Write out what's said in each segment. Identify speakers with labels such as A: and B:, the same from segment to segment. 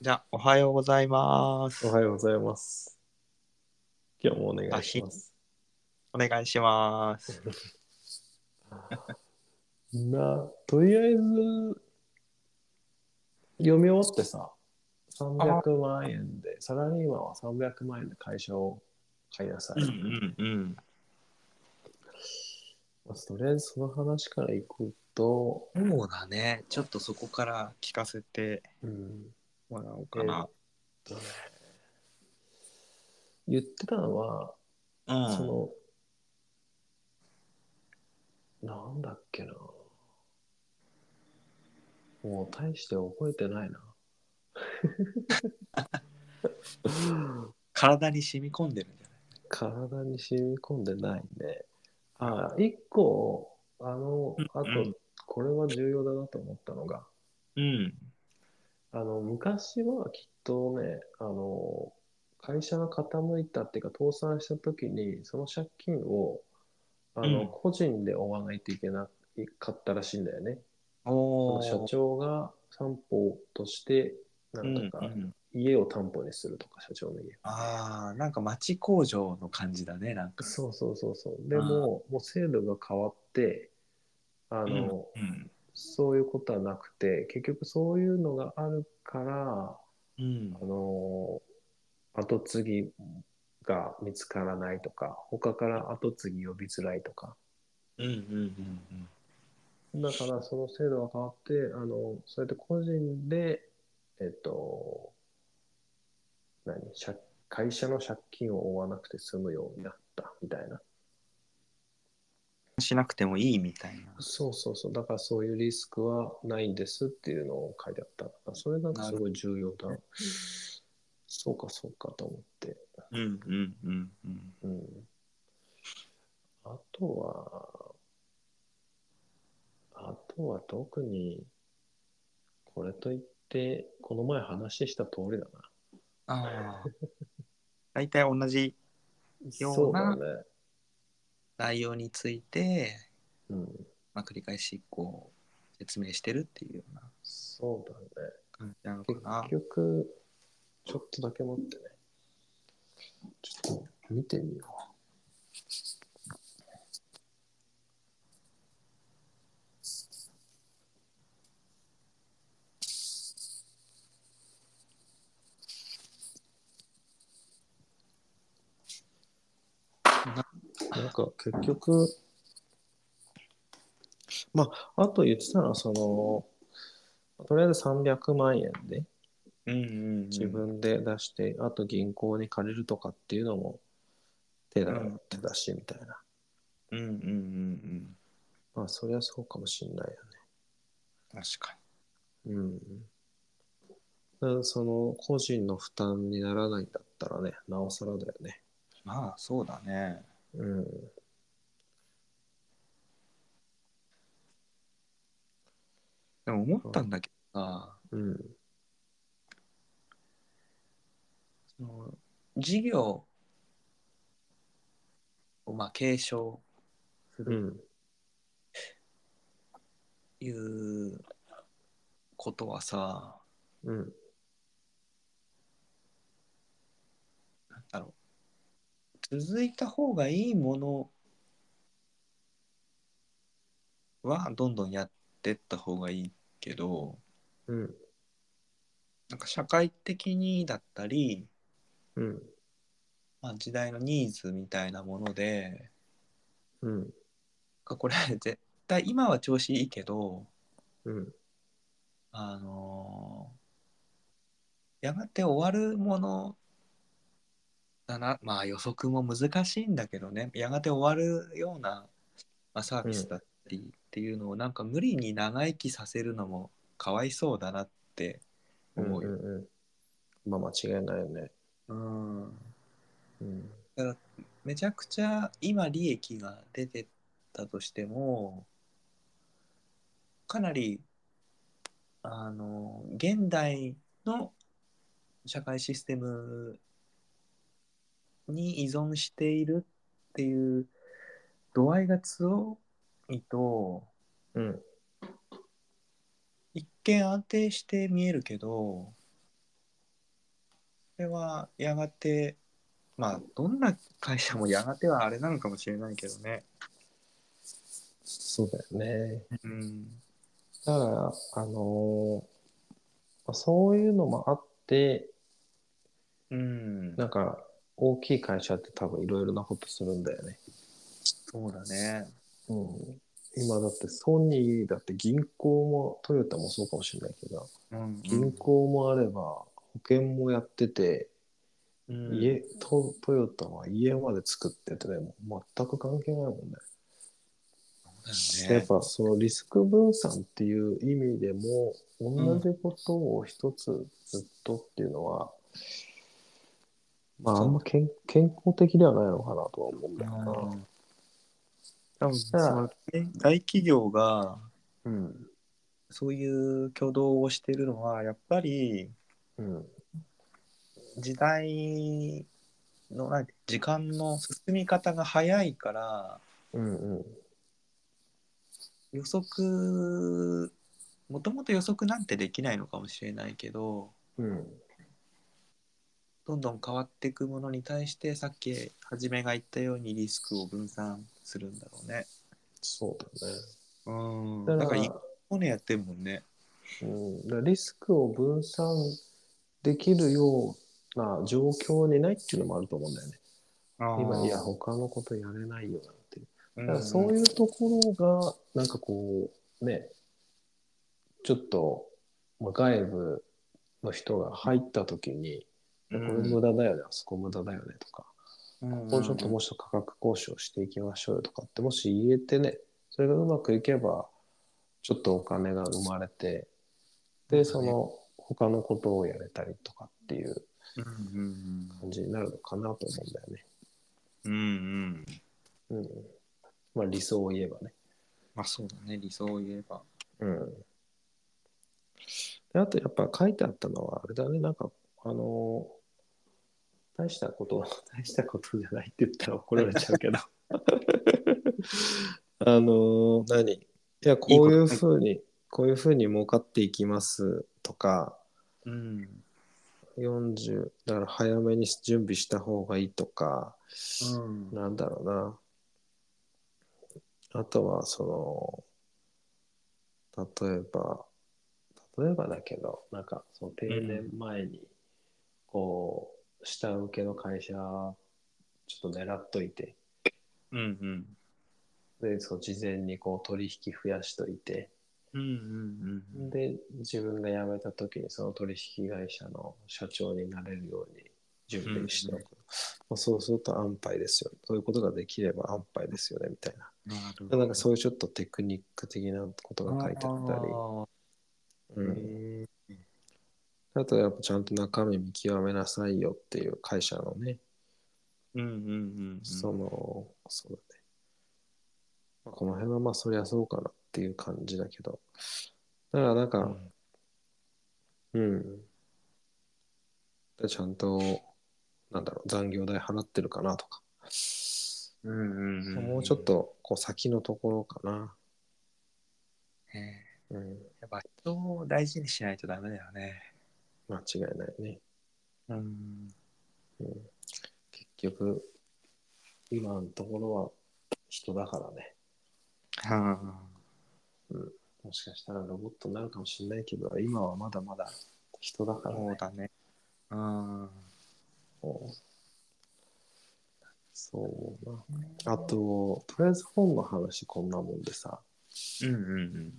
A: じゃあ、おはようございます。
B: おはようございます。今日もお願いします。
A: お願いします。
B: な、とりあえず、読み終わってさ、300万円で、サラリーマンは300万円で会社を買いなさい。
A: うんうん
B: まあとりあえずその話からいくと、
A: うん。そうだね。ちょっとそこから聞かせて
B: うん、
A: もらおうかな。
B: 言ってたのは、
A: うん
B: その、なんだっけな。もう大して覚えてないな。
A: 体に染み込んでるんじゃない
B: 体に染み込んでないね。ああ、一個、あの、あと
A: うんうん、
B: これは重要だなと思ったのが、
A: うん。
B: あの、昔はきっとね、あの、会社が傾いたっていうか、倒産した時に、その借金を、あの、
A: うん
B: 個人で負わないといけなかったらしいんだよね。
A: お
B: 社長が担保として、なんとか、家を担保にするとか、社長の家。
A: ああ、なんか町工場の感じだね、なんか。
B: そうそうそうそう。でも、もう制度が変わって、あ
A: う
B: の、
A: ん。
B: そういうことはなくて、結局そういうのがあるから、
A: うん。
B: あの、後継ぎが見つからないとか、他から後継ぎ呼びづらいとか。
A: うんうんうんうん。
B: だからその制度が変わって、あの、そうやって個人で、えっと、何、借会社の借金を負わなくて済むようになったみたいな。
A: しなくてもいいみたいな。
B: そうそうそう。だからそういうリスクはないんですっていうのを書いてあったから。それなんかすごい重要だ。そうかそうかと思って。
A: うんうんうんうん。
B: うん。あとは、あとは特に、これといって、この前話した通りだな。
A: ああ。 大体同じような
B: そうだね。
A: 内容について、
B: うん。
A: まあ、繰り返しこう説明してるっていうような
B: そうだね。
A: 感じなのか
B: 結
A: な。
B: 局、ちょっとだけ待ってね。ちょっと見てみよう。なんか結局、まあ、あと言ってたのは、その、とりあえず300万円で、
A: うんうんうん
B: 自分で出して、あと銀行に借りるとかっていうのも手だ,、
A: うん
B: 手だしみたいな。
A: うんうんうんうん。
B: まあ、そりゃそうかもしんない
A: 確か
B: よね。うん。だからその、個人の負担にならないんだったらね、なおさらだよね。
A: に。まあそうだね。
B: うん。
A: でも思ったんだけどさ、
B: うん。
A: その事業をまあ継承す
B: う
A: る
B: ん。
A: いうことはさ、
B: うん。
A: なんだろう。続いた方がいいものはどんどんやってった方がいいけど、
B: うん。
A: なんか社会的にだったり、
B: うん。
A: まあ、時代のニーズみたいなものでなん
B: うん。
A: かこれ 絶対今は調子いいけど、
B: うん。
A: あのーやがて終わるものだなまあ予測も難しいんだけどねやがて終わるような、まあ、サービスだったりっていうのをなんか無理に長生きさせるのもかわいそうだなって思うよ。
B: んうん。まあ、間違いないよね。
A: うん
B: うん。
A: めちゃくちゃ今利益が出てたとしてもかなりあの現代の社会システムに依存しているっていう度合いが強いと
B: うん。
A: 一見安定して見えるけどれはやがてまあどんな会社もやがてはあれなのかもしれないけどね。
B: そうだよね。
A: うん、
B: だから、あのーまあそういうのもあって、
A: うん、
B: なんか、大きい会社って多分いろいろなことするんだよね。
A: そうだね。
B: うん。今だってソニーだって銀行もトヨタもそうかもしれないけど、
A: うん、
B: 銀行もあれば保険もやってて、
A: うん、
B: 家トトヨタは家まで作っててね、もう全く関係ないもんね。
A: そうだ
B: や
A: よ
B: っ
A: ね。
B: ぱそのリスク分散っていう意味でも同じことを一つずっとっていうのは、まああんま健健康的ではないのかなとは思うんだよな。
A: うん多分
B: したら
A: そのね大企業が
B: うん。
A: そういう挙動をしてるのはやっぱり
B: うん。
A: 時代のなんて時間の進み方が早いから
B: うん。
A: 予測もともと予測なんてできないのかもしれないけど
B: うん。
A: どんどん変わっていくものに対してさっきはじめが言ったようにリスクを分散するんだろうね。
B: そうだね。
A: うん、
B: だ
A: だ
B: か
A: から
B: ら
A: 一個ねやってるもんね。
B: うん、だからリスクを分散できるような状況にないっていうのもあると思うんだよね。今、いや、他のことやれないよなんていう。だからそういうところが、なんかこう、ね、ちょっと、まあ、外部の人が入った時に、
A: うん
B: これ無駄だよね、あそこ無駄だよねとか、
A: うん
B: もうちょっともうちょっと価格交渉していきましょうよとかって、もし言えてね、それがうまくいけば、ちょっとお金が生まれて、で、その、他のことをやれたりとかっていう
A: うん
B: 感じになるのかなと思うんだよね。
A: うんうんうん
B: うん。まあ理想を言えばね。
A: まあそうだね理想を言えば
B: うん。であとやっぱ書いてあったのは、あれだね、なんか、あのー大したこと、 大したことじゃないって言ったら怒られちゃうけど。あのー何いや、こういうふうに、こういうふうに儲かっていきますとか、
A: うん
B: 40、だから早めに準備した方がいいとか、
A: うん
B: なんだろうな。あとは、その、例えば、例えばだけど、なんか、その定年前に、こう、下請けの会社、ちょっと狙っといて、
A: うんうん
B: で、その事前にこう取引増やしといて、
A: うんうんうん
B: で、自分が辞めた時にその取引会社の社長になれるように準備しておく。
A: うん
B: まあ、そうすると安泰ですよ。そういうことができれば安泰ですよね、みたいな。
A: なるほど
B: なんかそういうちょっとテクニック的なことが書いてあったり、
A: あー
B: うん、
A: へー
B: あとやっぱちゃんと中身見極めなさいよっていう会社のね、
A: うんうんうんうん
B: その、そうだね。まあこの辺はまあそりゃそうかなっていう感じだけど、だからなんか、うん。でちゃんと、なんだろう、残業代払ってるかなとか、
A: うんうんん
B: もうちょっとこう先のところかな。
A: ね
B: うん、
A: やっぱ人を大事にしないとダメだよね
B: 間違いないね。
A: うん
B: うん結局、今のところは人だからね。
A: は
B: もしかしたらロボットになるかもしれないけど、今はまだまだ人だ
A: あ
B: から
A: そう
B: ね。
A: だねうん
B: うんそう思うな。あと、とりあえず本の話こんなもんでさ、
A: うんうんうん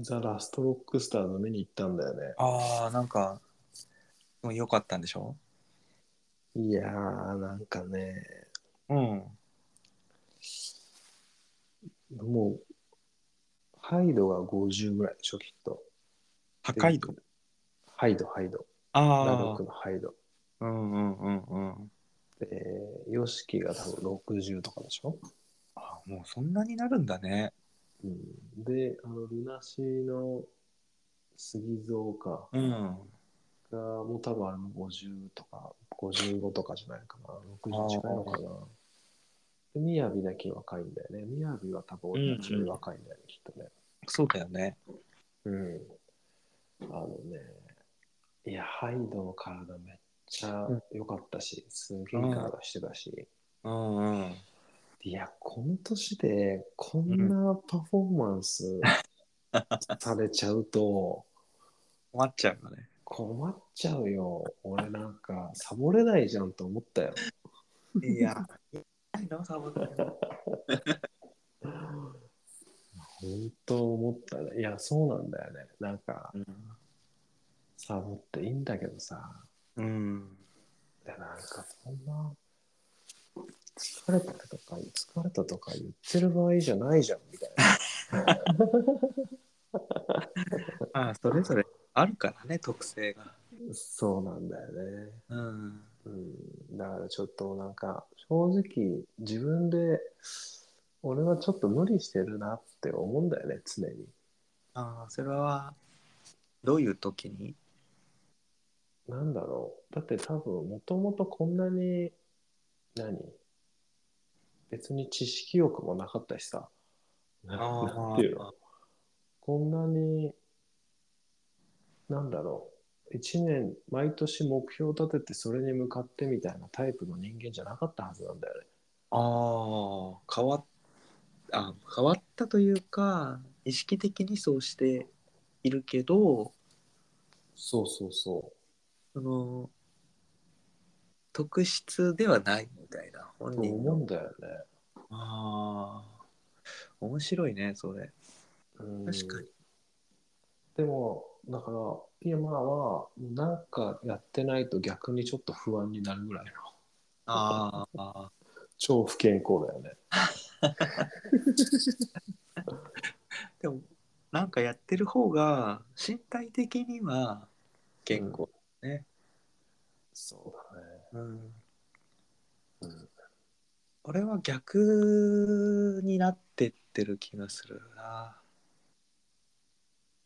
B: ザ・ラストロックスターズ見に行ったんだよね。
A: ああなんかもう良かったんでしょ
B: いやー、なんかね、
A: うん
B: もう、ハイドが50ぐらいでしょ、きっと。
A: 高いと
B: ハイド、ハイド。ラロッ
A: あ
B: クのハイド。
A: あうんうんうんうん
B: で、ヨシキが多分60とかでしょ、
A: あもうそんなになるんだね。
B: うん、で、あの、ルナシーの杉蔵か
A: うん。
B: が、もう多分あれも50とか、55とかじゃないかな。60近いのかな。で、みやびだけ若いんだよね。みやびは多分俺たちより若いんだよね、きっとね。
A: そうだよね。
B: うん。あのね、いや、ハイドの体めっちゃ良かったし、すげえいい体してたし、
A: うんうん。
B: いや、この年でこんなパフォーマンスされちゃうと
A: 困っちゃうよ ね。
B: 困っちゃうよ。俺なんか、サボれないじゃんと思ったよ。
A: いや、いいのサボっても
B: 本当思ったね。いや、そうなんだよね。なんか、サボっていいんだけどさ、
A: うん。うん。
B: いやなんかそんな疲れたとか疲れたとか言ってる場合じゃないじゃんみたいな
A: まあ、それぞれあるからね、特性が。
B: そうなんだよね、
A: うん。
B: うん、だからちょっとなんか正直自分で俺はちょっと無理してるなって思うんだよね常に
A: ああ、それは、どういう時に
B: なんだろうだって多分もともとこんなに何別に知識欲もなかったしさななんていうのこんなに、なんだろう、1年、毎年目標を立てて、それに向かってみたいなタイプの人間じゃなかったはずなんだよね。
A: ああ、変わっあ、変わったというか、意識的にそうしているけど、
B: そうそうそ
A: その、特質ではないみたいな、
B: う。
A: 本
B: と
A: 人
B: 思う
A: の。
B: んだよね。
A: ああ、面白いね、それ。
B: うん
A: 確かに。
B: でも、だから、今は、なんかやってないと逆にちょっと不安になるぐらいの、
A: ああ、
B: 超不健康だよね。
A: でも、なんかやってる方が、身体的には健康。ね
B: そうだね。
A: うん。
B: うん
A: 俺は逆になってってる気がするな。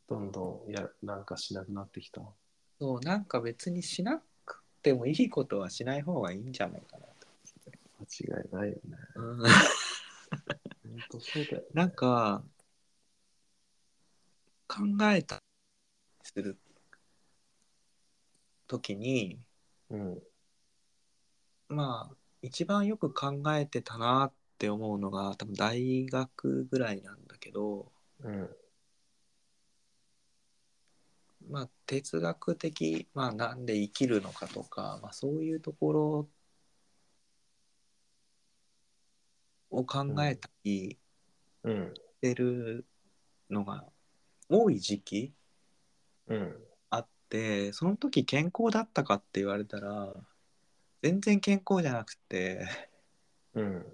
B: どんどん、や、なんかしなくなってきた。
A: そう、なんか別にしなくてもいいことはしない方がいいんじゃないかな
B: 間違いないよね。
A: と。
B: ほんとそうだよね。
A: なんか、考えたりするときに、
B: うん。
A: まあ、一番よく考えてたなって思うのが、多分大学ぐらいなんだけど、
B: うん。
A: まあ、哲学的、まあ、なんで生きるのかとか、まあ、そういうところを考えたり
B: うん。
A: してるのが多い時期
B: うん。
A: あってその時健康だったかって言われたら全然健康じゃなくて
B: うん。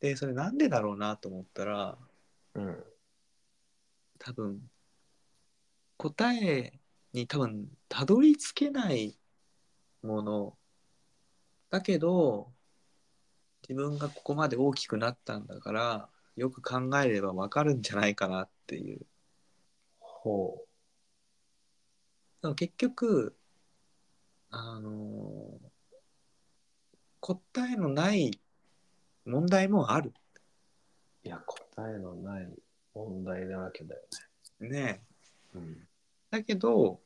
A: でそれなんでだろうなと思ったら
B: うん。
A: 多分答えに多分たどり着けないものだけど自分がここまで大きくなったんだからよく考えればわかるんじゃないかなっていう
B: ほ
A: でも結局あの答えのない問題もある
B: う。いや、答えのない問題だらけだよ
A: ね
B: ね。
A: だけど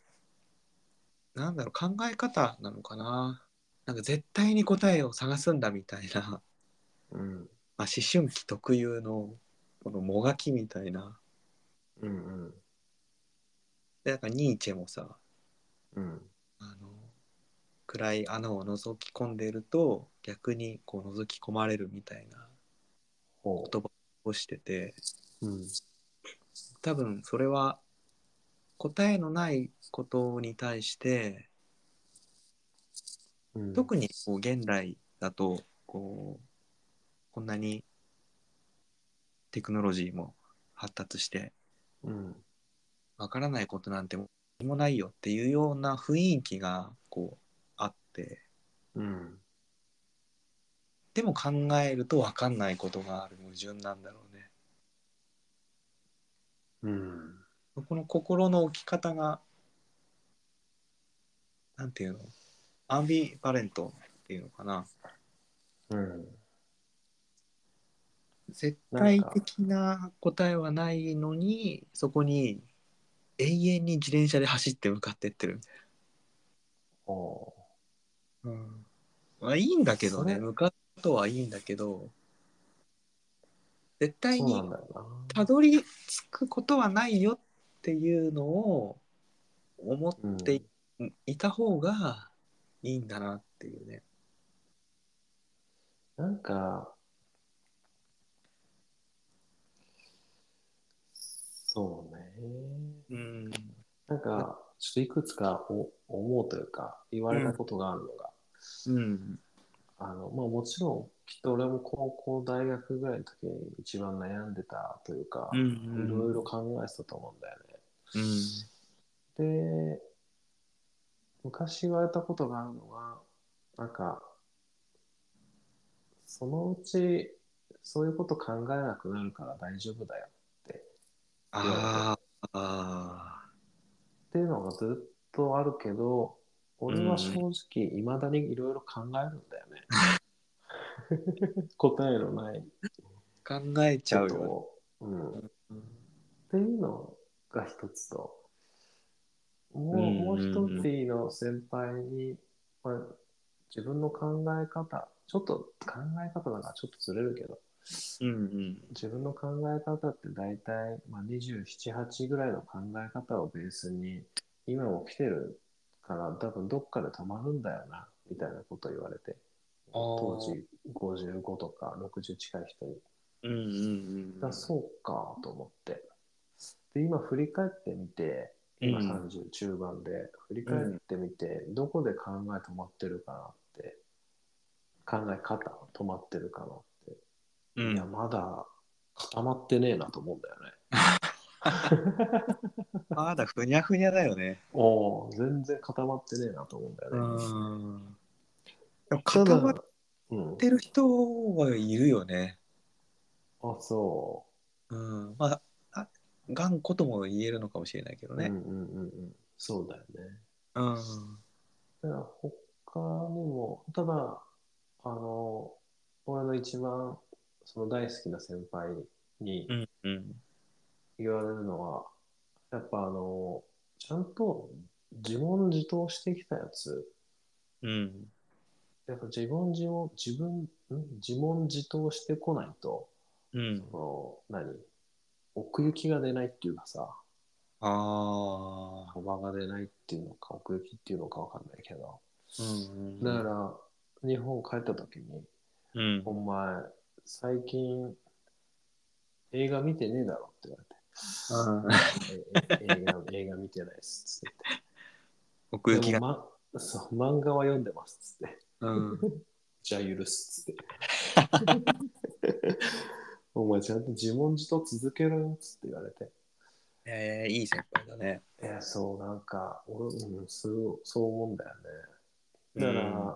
A: なんだろう考え方なのかななんか絶対に答えを探すんだみたいな、ま
B: うん。
A: あ、思春期特有のこのもがきみたいな
B: うん。うん。
A: でなんかニーチェもさ
B: うん。
A: あの暗い穴を覗き込んでいると逆にこう覗き込まれるみたいな
B: ほ
A: 言葉をしてて
B: う。うん。
A: 多分それは答えのないことに対して
B: うん、
A: 特にこう現代だとこうこんなにテクノロジーも発達して
B: うん。
A: わからないことなんてもう何もないよっていうような雰囲気がこうあって
B: うん。
A: でも考えるとわかんないことがある矛盾なんだろうね
B: うん。
A: そこの心の置き方がなんていうのアンビバレントっていうのかな
B: うん。
A: 絶対的な答えはないのにそこに永遠に自転車で走って向かってってる
B: ほ
A: うんまあいいんだけどね、
B: それ
A: 向かうとはいいんだけど、絶対
B: そうな
A: に
B: んだよな。
A: たどり着くことはないよっていうのを思っていた方がいいんだなっていうね。
B: なんか、そうね。
A: うん。
B: なんか、ちょっといくつかお思うというか、言われたことがあるのが、
A: うん。
B: あの、まあもちろん、きっと俺も高校、大学ぐらいの時に一番悩んでたというか、
A: うんうん
B: いろいろ考えてたと思うんだよね。
A: うん。
B: で、昔言われたことがあるのが、なんか、そのうち、そういうこと考えなくなるから大丈夫だよ
A: あーあ
B: っていうのがずっとあるけど、俺は正直、いまだにいろいろ考えるんだよ ね。答えのない
A: ー。考えちゃうよね。
B: ことをうん。っていうのが一つと、もう,、
A: うん
B: もう一ついいの先輩に、まあ、自分の考え方、ちょっと考え方なんかちょっとずれるけど、
A: うんうん。
B: 自分の考え方って大体、まあ、27、8ぐらいの考え方をベースに、今も来てるから多分どっかで止まるんだよな、みたいなこと言われて、
A: あー
B: 当時55とか60近い人に。
A: うんうんうん。
B: だそうかと思って。で、今振り返ってみて、今
A: うん
B: 30中盤で、振り返ってみて、どこで考え止まってるかなって、考え方止まってるかなって。
A: う
B: いや、
A: ん。
B: まだ固まってねえなと思うんだよね。
A: まだふにゃふにゃだよね。
B: おお全然固まってねえなと思うんだよ
A: う
B: ね。
A: ん。でも
B: た
A: 固
B: だ
A: まっ
B: うん。
A: てる人はいるよね。
B: あ、そ
A: うん。まあ、あ頑固とも言えるのかもしれないけど
B: う。
A: ね
B: うん。うんうんうん。そうだよね。
A: うん。
B: だから他にも、ただ、あの、俺の一番、その大好きな先輩に
A: うんうん。
B: 言われるのは、やっぱあの、ちゃんと自問自答してきたやつ、
A: うん。
B: やっぱ自問自問、自分、ん自問自答してこないと、
A: うん。
B: その、何奥行きが出ないっていうかさ、
A: ああ。
B: 幅が出ないっていうのか、奥行きっていうのかわかんないけど、
A: うん。
B: だから、日本帰った時に、
A: うん。
B: お前、最近、映画見てねえだろって言われて、ええ映画映画見てないっすっつって
A: 奥行き
B: で
A: が。
B: も、ま、そう、漫画は読んでますっつって、
A: うん。
B: じゃあ許すっつって。お前、ちゃんと自問自答続けろよっつって言われて。
A: ええいい先輩だね。
B: いや、そう、なんか、俺、うん、そう、そう思うんだよね。だから、
A: うん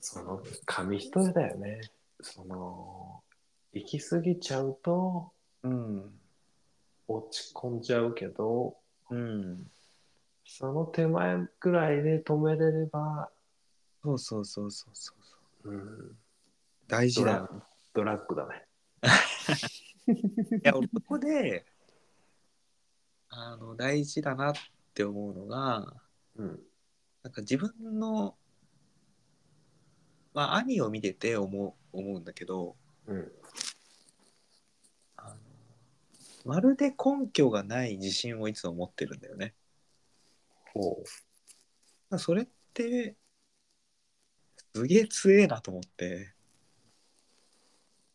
B: その、紙一重だよね。その、行き過ぎちゃうと、
A: うん。
B: 落ち込んじゃうけど、
A: うん。
B: その手前くらいで止めれれば、
A: そうそうそうそうそう。
B: うん、
A: 大事
B: ド
A: だ
B: ラ
A: よ。
B: ドラッグだね。
A: いや、俺ここで、あの、大事だなって思うのが、
B: うん。
A: なんか自分の、まあ、兄を見てて思う思うんだけど、
B: うん。
A: あのまるで根拠がない自信をいつも持ってるんだよね。
B: ほ
A: まあそれってすげえ強えなと思って。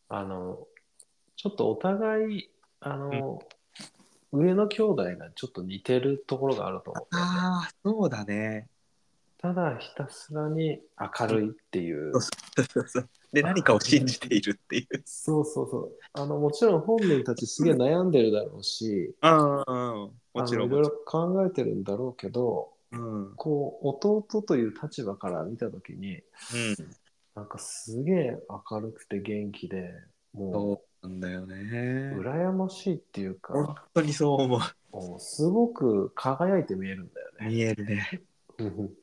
B: あの、ちょっとお互い、あの、上の兄弟がちょっと似てるところがあると思うんだよね。
A: ああそうだね。
B: ただひたすらに明るいっていう。
A: そう で何かを信じているっていう。
B: そうそうそう。あの、もちろん本人たちすげえ悩んでるだろうし、
A: うんうん、もちろん
B: あのいろい
A: もち
B: ろ考えてるんだろうけど、
A: ろん。うん
B: こう、弟という立場から見たときに、なんかすげえ明るくて元気で、も
A: そうなんだよね。
B: う、羨ましいっていうか、
A: 本当にそう思う。
B: もうすごく輝いて見えるんだよね。
A: 見えるね。
B: うん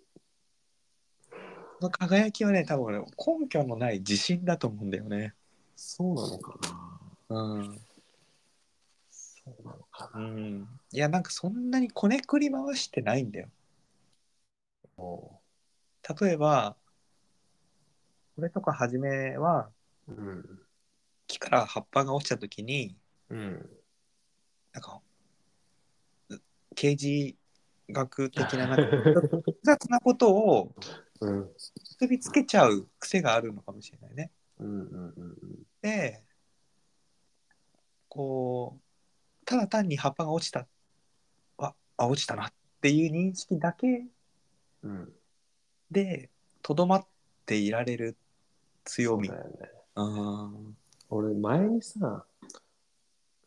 A: この輝きはね多分俺根拠のない自信だと思うんだよね。
B: そうなのかな
A: うん。
B: そうなのか
A: う
B: な、
A: ん、いやなんかそんなにこねくり回してないんだよ。
B: お
A: 例えば、これとか初めは、
B: ーうん。
A: 木から葉っぱが落ちた時に、
B: うん。
A: なんか、う刑事学的な、なんか複雑なことを
B: うん。
A: 結びつけちゃう癖があるのかもしれないね。
B: うんうんうん
A: で、こう、ただ単に葉っぱが落ちた、あ、あ落ちたなっていう認識だけ
B: うん。うん。
A: で、とどまっていられる強み
B: だ。よね。
A: うん。
B: 俺、前にさ、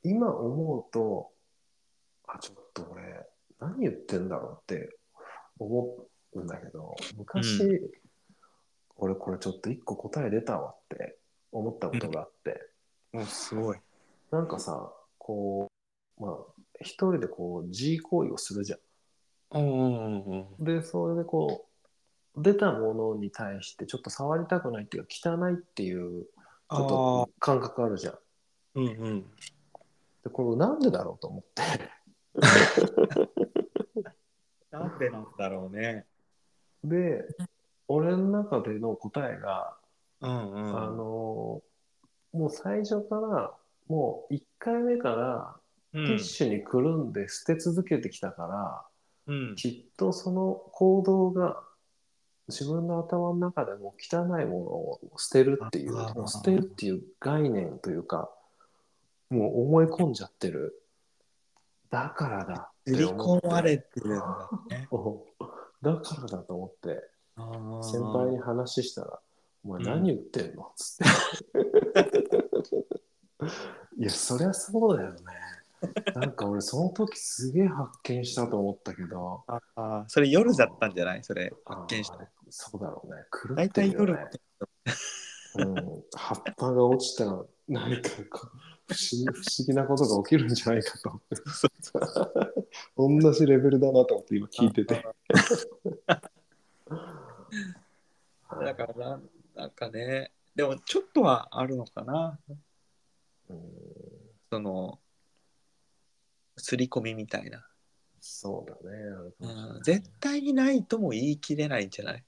B: 今思うと、あ、ちょっと俺、何言ってんだろうって思うんだけど、昔、
A: う
B: 俺これちょっと一個答え出たわって思ったことがあって、
A: もうすごい。
B: なんかさ、こう、まあ、一人でこう、G 行為をするじゃん。
A: うんうん
B: で、それでこう、出たものに対してちょっと触りたくないっていうか、汚いっていう、ちょっ
A: ああ、
B: と感覚あるじゃん。
A: うんうん。
B: で、これなんでだろうと思って。
A: なんでなんだろうね。
B: で、俺の中での答えが、
A: うんう
B: あ
A: ん。
B: のーもう最初から、もう1回目から
A: う
B: テ
A: ん、
B: ィッシュにくるんで捨て続けてきたから、
A: うん。
B: きっとその行動が自分の頭の中でも汚いものを捨てるっていう、
A: ああ
B: もう捨てるっていう概念というか、もう思い込んじゃってる。だからだっ
A: 売
B: て
A: り
B: 思って。
A: 込まれてるんだね。
B: だからだと思って。先輩に話したら「お前何言ってんの?」っ つって「いやそりゃそうだよね」なんか俺その時すげえ発見したと思ったけど
A: ああ、それ夜だったんじゃないそれ発見した
B: あ。ーそうだろうね狂っ
A: 大
B: て
A: 体
B: るよ
A: 夜
B: ね
A: って。
B: うん、葉っぱが落ちたら何かこう不思議不思議なことが起きるんじゃないかと思
A: そう
B: って同じレベルだなと思って今聞いてて。
A: だからな、なんかね、でもちょっとはあるのかな。
B: うん
A: その、刷り込みみたいな。
B: そうだねあるかもしれない
A: うん、絶対にないとも言い切れないんじゃない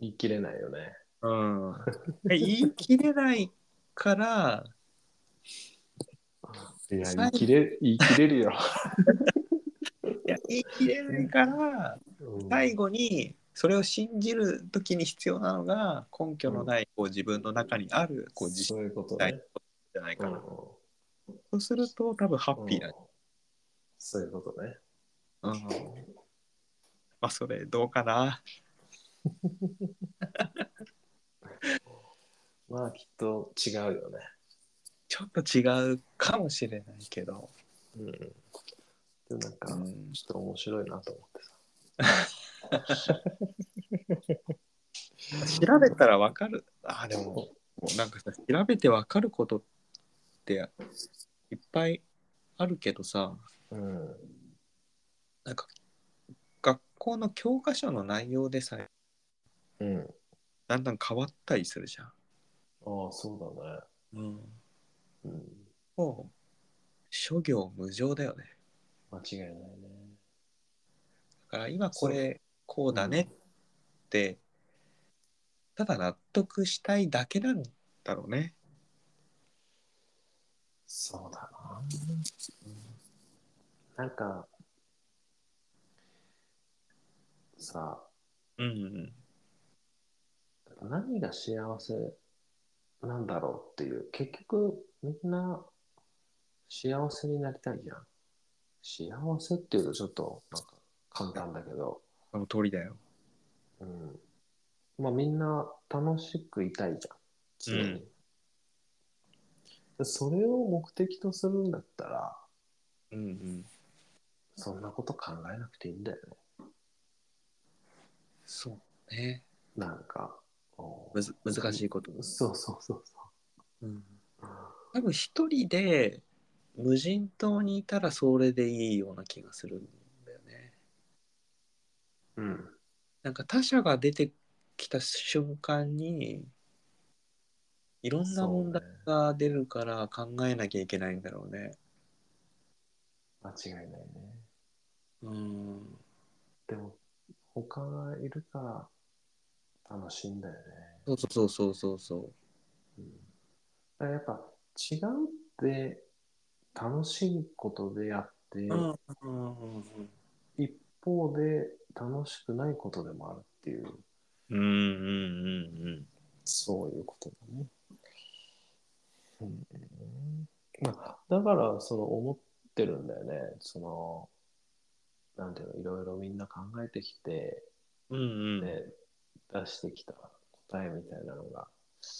B: 言い切れないよね。
A: うん、言い切れないから
B: いや、
A: 最
B: 言い
A: 後
B: 切れ、言い切れる よ。
A: いや言い切れないから最後にそれを信じる時に必要なのが根拠のないこう自分の中にあるこう自信
B: そういうこと
A: ない
B: ね。
A: じゃないか
B: う
A: な、
B: ん
A: そうすると多分ハッピーだ、
B: そういうことね。
A: うんまあそれどうかな
B: まあ、きっと違うよね。
A: ちょっと違うかもしれないけど、
B: うん。でもなんか、
A: うん、
B: ちょっと面白いなと思ってさ。
A: 調べたら分かるあでももうなんかさ調べて分かることっていっぱいあるけどさ
B: うん。
A: なんか学校の教科書の内容でさえ
B: うん。
A: だんだん変わったりするじゃん。
B: ああ、そうだね。
A: うん、
B: うん。
A: もう諸行無常だよね。
B: 間違いないね。
A: だから今これこうだねって、ただ納得したいだけなんだろうね。
B: そうだな。なんか、さ
A: うんうん
B: 何が幸せなんだろうっていう結局みんな幸せになりたいじゃん幸せっていうとちょっとなんか簡単だけど、
A: その通りだよ。
B: うん、まあみんな楽しくいたいじゃん常に、
A: うん
B: でそれを目的とするんだったら
A: うんうん、
B: そんなこと考えなくていいんだよね
A: そうね
B: なんかお
A: むず難しいこと。
B: そうそうそう
A: うん、
B: そう
A: 多分一人で無人島にいたらそれでいいような気がするんだよね。
B: うん
A: なんか他者が出てきた瞬間にいろんな問題が出るから考えなきゃいけないんだろうね。
B: 間違いないね
A: うん。
B: でも他家がいるから楽しいんだよね。
A: そうそうそうそうそう。
B: うん、だからやっぱ違うって楽しいことであって、
A: うんうんうんうん
B: 一方で楽しくないことでもあるっていう、
A: うんうんうんうん。
B: そういうことだね。うんまあ、だから、その思ってるんだよね。その、なんていうの、いろいろみんな考えてきて、
A: うんうん。
B: ね、出してきた答えみたいなのが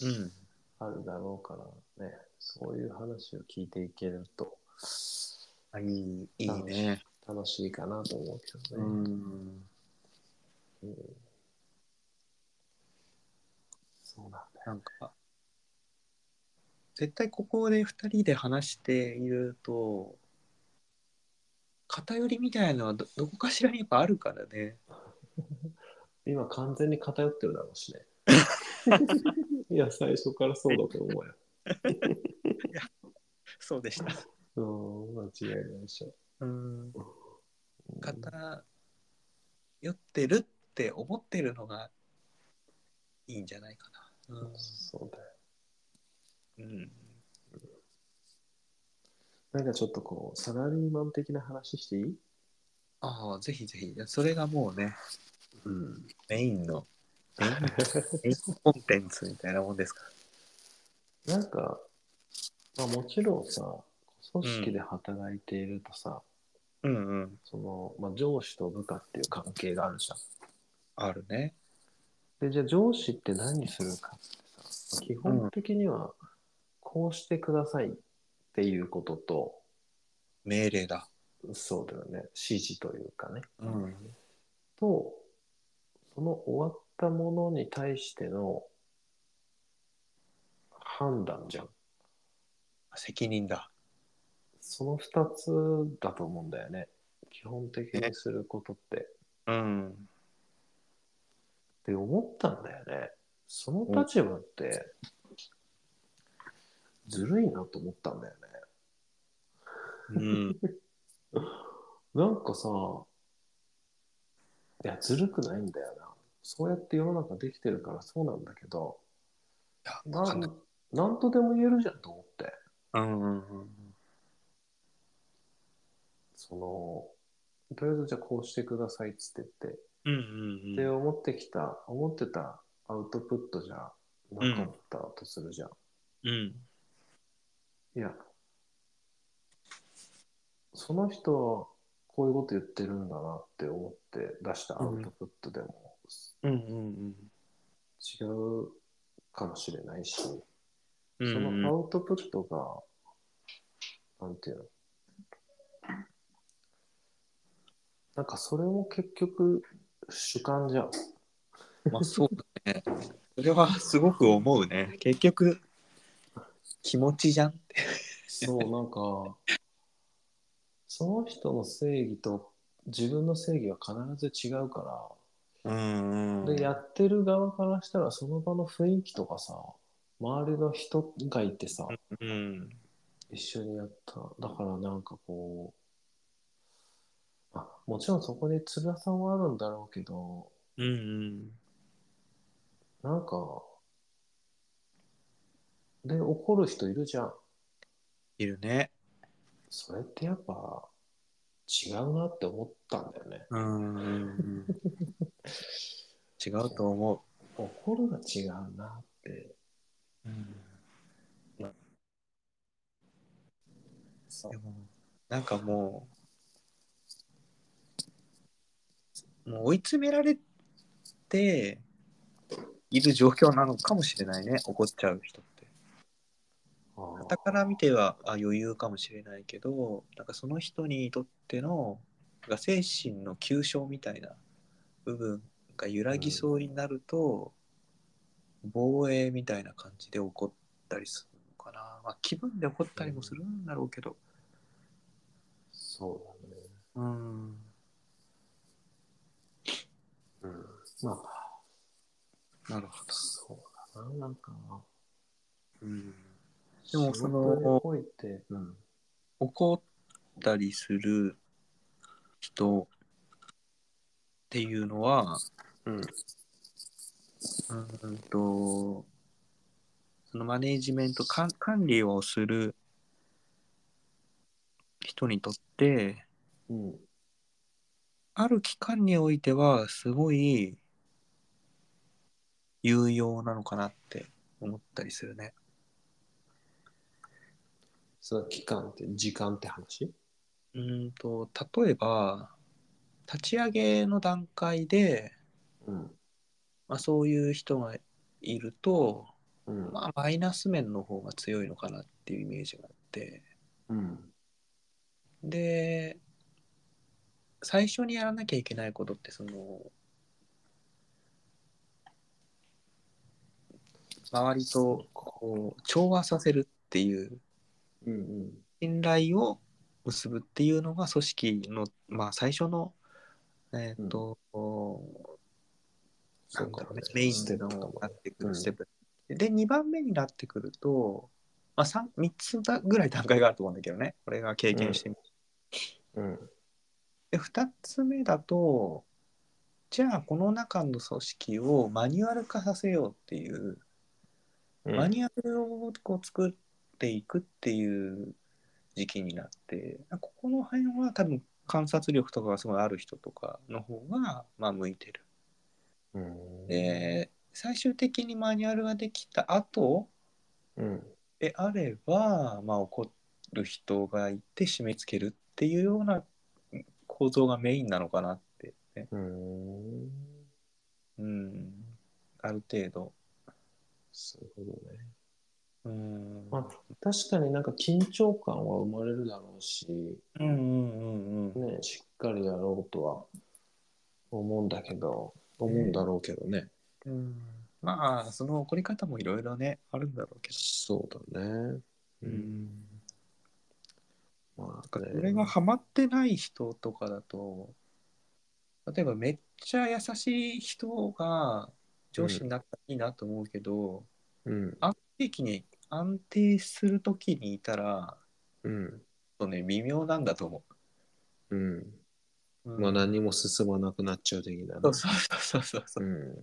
A: うん。
B: あるだろうからね、そういう話を聞いていけると
A: あいい、いいね。
B: 楽しいかなと思うけどね。
A: ん。
B: うんそうなんだよ。
A: なんか、絶対ここで2人で話していると、偏りみたいなのはどどこかしらにやっぱあるからね。
B: 今完全に偏ってるだろうし ね。いや、最初からそうだと思うよ。
A: そうでした。
B: うん、間違いないでしょ。
A: うん。
B: うん
A: 偏ってるって思ってるのがいいんじゃないかな。
B: そうだよ。
A: うん。うん、
B: なんかちょっとこう、サラリーマン的な話していい
A: ああ、ぜひぜひ。いやそれがもうね、
B: うん。
A: メインの、メインメインコンテンツみたいなもんですから。
B: なんか、まあもちろんさ、組織で働いているとさ、
A: うんうん。
B: その、まあ上司と部下っていう関係があるじゃん。
A: あるね。
B: で、じゃあ上司って何するかってさ、基本的には、こうしてくださいっていうことと、
A: 命令だ。
B: そうだよね、指示というかね。
A: うん。
B: と、その終わったものに対しての判断じゃん。
A: 責任だ。
B: その二つだと思うんだよね。基本的にすることって。
A: うん。
B: って思ったんだよね。その立場って、ずるいなと思ったんだよね。
A: うん。
B: なんかさ、いや、ずるくないんだよな。そうやって世の中できてるからそうなんだけど、な
A: かなん
B: なんとでも言えるじゃんと思って。
A: うんうんうん。
B: その、とりあえずじゃあこうしてくださいっつって言って、
A: うんうん
B: で、
A: うん。
B: 思ってきた、思ってたアウトプットじゃなかったとするじゃん。
A: うん。
B: いや、その人はこういうこと言ってるんだなって思って出したアウトプットでも
A: うんうん
B: 違うかもしれないし、
A: うん。
B: その
A: う
B: アウトプットが、なんていうの、なんかそれも結局主観じゃん。
A: んまあそうだね。それはすごく思うね。結局、気持ちじゃんって。
B: そう、なんか、その人の正義と自分の正義は必ず違うから、
A: うん
B: で、やってる側からしたら、その場の雰囲気とかさ、周りの人がいてさ、
A: うん。
B: 一緒にやった。だからなんかこう、あ、もちろんそこに辛さはあるんだろうけど、
A: うんうん。
B: なんか、で、怒る人いるじゃん。
A: いるね。
B: それってやっぱ、違うなって思ったんだよね。
A: うんうんうん。 違うと思
B: 怒るが違うなって。
A: う。うん
B: そう
A: でもなんかもうもう追い詰められている状況なのかもしれないね怒っちゃう人って。
B: あ
A: 傍から見てはあ余裕かもしれないけどなんかその人にとってのなんか精神の急所みたいな部分が揺らぎそうになると、防衛みたいな感じで怒ったりするのかな、まあ、気分で怒ったりもするんだろうけど。
B: そうだね。
A: うん
B: うん。まあ、
A: なるほど。
B: そうだな、なんか。
A: うん、でもその
B: 仕事において、うん。
A: 怒ったりする人ていうのは、
B: うん。
A: うーんと、そのマネージメント管管理をする人にとって、
B: うん。
A: ある期間においては、すごい有用なのかなって思ったりするね。
B: その期間って、時間って話
A: うーんと、例えば、立ち上げの段階で、
B: うん。
A: まあ、そういう人がいると、
B: うん。
A: まあ、マイナス面の方が強いのかなっていうイメージがあって
B: うん。
A: で最初にやらなきゃいけないことってその周りとこう調和させるっていう
B: うん。うん。
A: 信頼を結ぶっていうのが組織の、まあ、最初の、えーっとなんだろうね、メイ
B: ステ
A: ン
B: ップ
A: の
B: と
A: な
B: か
A: ってく
B: う
A: る
B: ん
A: ステップ。で、2番目になってくると、まあ、3, 三つだぐらい段階があると思うんだけどね、俺が経験してみて。
B: うん。
A: で、2つ目だと、じゃあこの中の組織をマニュアル化させようっていう、
B: うん
A: マニュアルをこう作っていくっていう時期になって、ここの辺は多分観察力とかがすごいある人とかの方が、まあ、向いてる。
B: うん。
A: で最終的にマニュアルができた後
B: うん。
A: であれば、まあ、怒る人がいて締め付けるっていうような構造がメインなのかなって、ね
B: うん。
A: うん、ある程度。
B: そういうこ
A: う
B: とね。
A: ん
B: まあ、確かになんか緊張感は生まれるだろうし、
A: うんうんうんうん
B: ね、しっかりやろうとは思うんだけど、思うんだろうけどね。
A: うん、まあその怒り方もいろいろねあるんだろうけど。
B: そうだね。
A: うん
B: ま
A: そ
B: あ、ね、
A: れがハマってない人とかだと例えばめっちゃ優しい人が上司になったらいいなと思うけど、
B: うん。
A: 安定期に安定する時にいたら
B: うん。
A: ちょっとね微妙なんだと思
B: うん。
A: う。
B: まあ、
A: うん
B: 何も進まなくなっちゃう的なね、
A: そうそうそうそうそう、
B: うん。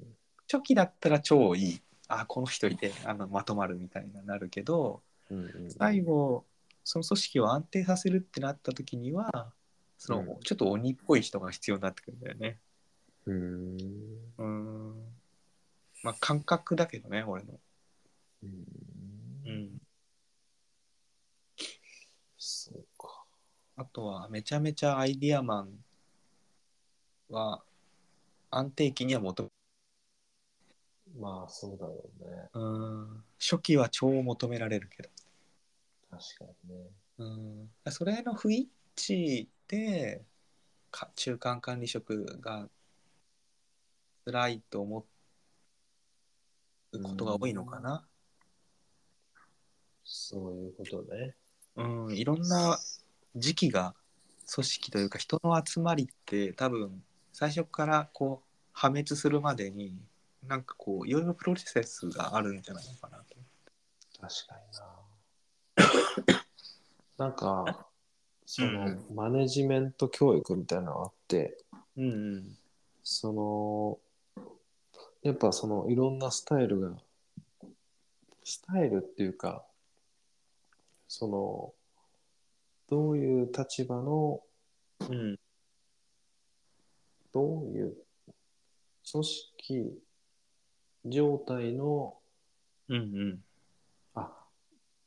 A: 初期だったら超いいあこの人いてあのまとまるみたいになるけど
B: うんうん
A: 最後その組織を安定させるってなった時にはその、
B: うん
A: ちょっと鬼っぽい人が必要になってくるんだよね。
B: うん。
A: うーんまあ感覚だけどね、俺の。
B: うん。
A: うん。
B: そうか。
A: あとは、めちゃめちゃアイディアマンは、安定期には求め、
B: まあ、そうだろうね。
A: うーん、初期は超求められるけど。
B: 確かにね。
A: うーん。それの不一致で、か中間管理職が辛いと思うことが多いのかな。
B: そういうことね。
A: うん、いろんな時期が組織というか人の集まりって多分最初からこう破滅するまでになんかこういろいろプロセスがあるんじゃないのかなと。
B: 確か にな。なんか、その、
A: うん
B: マネジメント教育みたいなのがあって、
A: うんうん
B: その、やっぱそのいろんなスタイルが、スタイルっていうか、その、どういう立場の、
A: うん
B: どういう組織状態の、
A: うんうん
B: あ、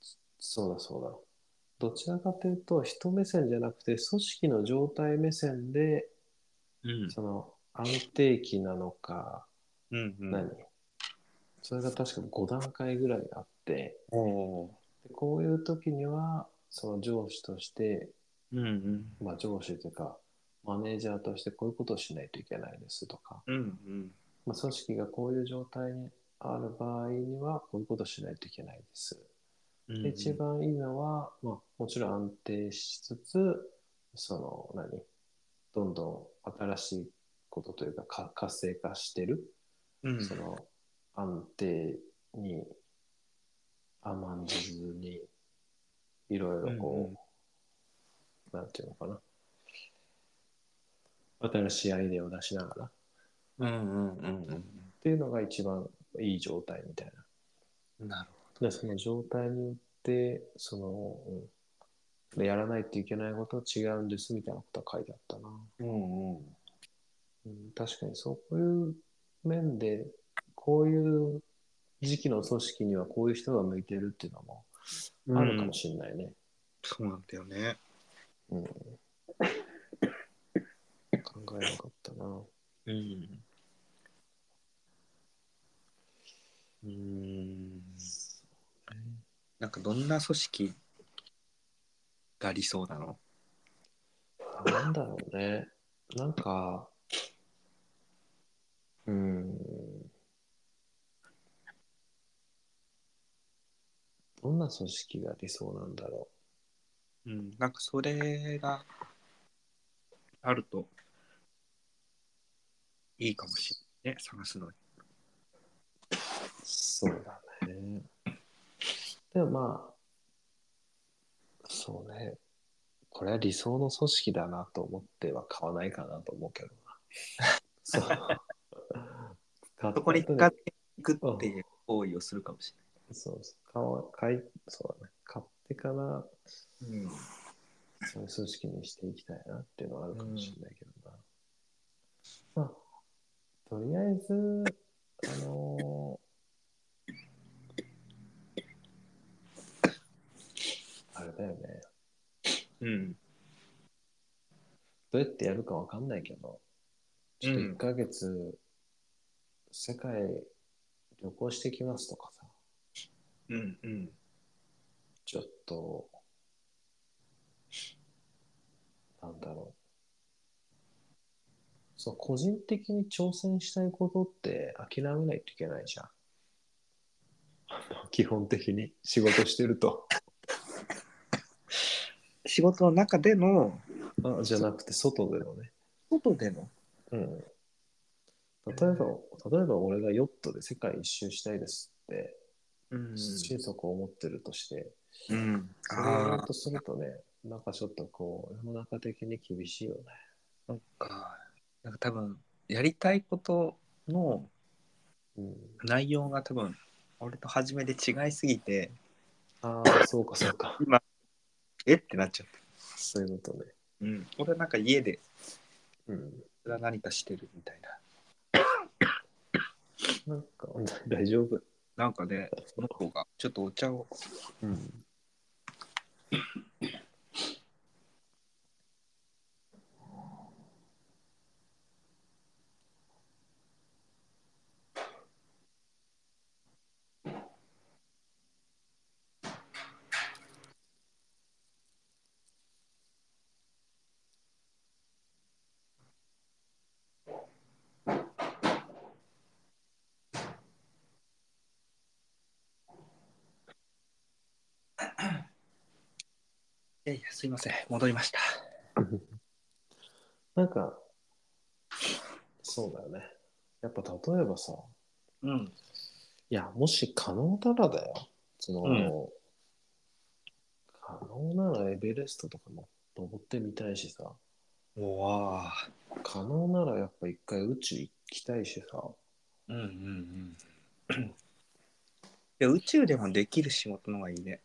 B: そそうだそうだ。どちらかというと、人目線じゃなくて、組織の状態目線で、
A: うん
B: その安定期なのか、
A: うんうん
B: 何それが確か5段階ぐらいあって、
A: おー
B: でこういう時には、その上司として、
A: うんうん
B: まあ上司というか、マネージャーとしてこういうことをしないといけないですとか、
A: うんうん
B: まあ、組織がこういう状態にある場合には、こういうことをしないといけないです。
A: うん
B: で一番いいのは、まあ、もちろん安定しつつ、その、何どんどん新しいことというか、か活性化してる、
A: うん
B: その、安定に甘んじずに、いろいろこう、なんていうのかな。新しいアイデアを出しながらっ
A: うんうんうん
B: ていうのが一番いい状態みたいな。
A: うん。なるほ
B: でその状態によってその、うん、やらないといけないことは違うんですみたいなことは書いてあったな、
A: ど。うんうん。
B: うん、確かにそういう面でこういう時期の組織にはこういう人が向いてるっていうのもあるかもしれないね、
A: そうなんだよね。
B: うん考えなかったな
A: うん。うーん。なんかどんな組織が理想なの
B: なんだろうね。なんか、うーん。どんな組織が理想なんだろ
A: うん。なんかそれがあるといいかもしれないね、探すのに。
B: う。そうだね。でもまあ、そうね。これは理想の組織だなと思っては買わないかなと思うけどな。そう。買った
A: そこに
B: 後
A: 使っていくっていう行為をするかもし
B: そうそう買わ買い、そうだね。買ってから、
A: れない。うん。
B: そういう組織にしていきたいなっていうのはあるかもしれないけどな。まあ、とりあえず、あのーあれだよね。
A: うん。
B: どうやってやるかわかんないけど、ちょっと1ヶ月、世界旅行してきますとかさ、
A: うんうん。
B: ちょっと、なんだろう。そう、個人的に挑戦したいことって諦めないといけないじゃん。 基本的に仕事してる と。
A: 仕事の中での、
B: あじゃなくて、外でのね。
A: 外での。
B: うん。例えば、例えば俺がヨットで世界一周したいですって、
A: うん
B: 心底思ってるとして、
A: うん。
B: それをやろ
A: あ
B: うとするとね、なんかちょっとこう、世の中的に厳しいよね。
A: あ、なんか、なんか多分、やりたいことの
B: うん。
A: 内容が多分、俺と初めで違いすぎて、
B: ああ、そうかそうか。
A: えってなっちゃった。
B: そういうことね。
A: うん。俺はなんか家で、
B: うん。
A: 何かしてるみたいな。
B: なんか、 大丈夫。
A: なんかね、その子が、ちょっとお茶を。
B: うん。
A: いやいや、すいません。戻りました。
B: なんか、そうだよね。やっぱ例えばさ、
A: うん。
B: いや、もし可能ならだよ。その、
A: うん
B: 可能ならエベレストとかも登ってみたいしさ、
A: うわあ。
B: 可能ならやっぱ一回宇宙行きたいしさ、
A: うんうんうん。 いや、宇宙でもできる仕事の方がいいね。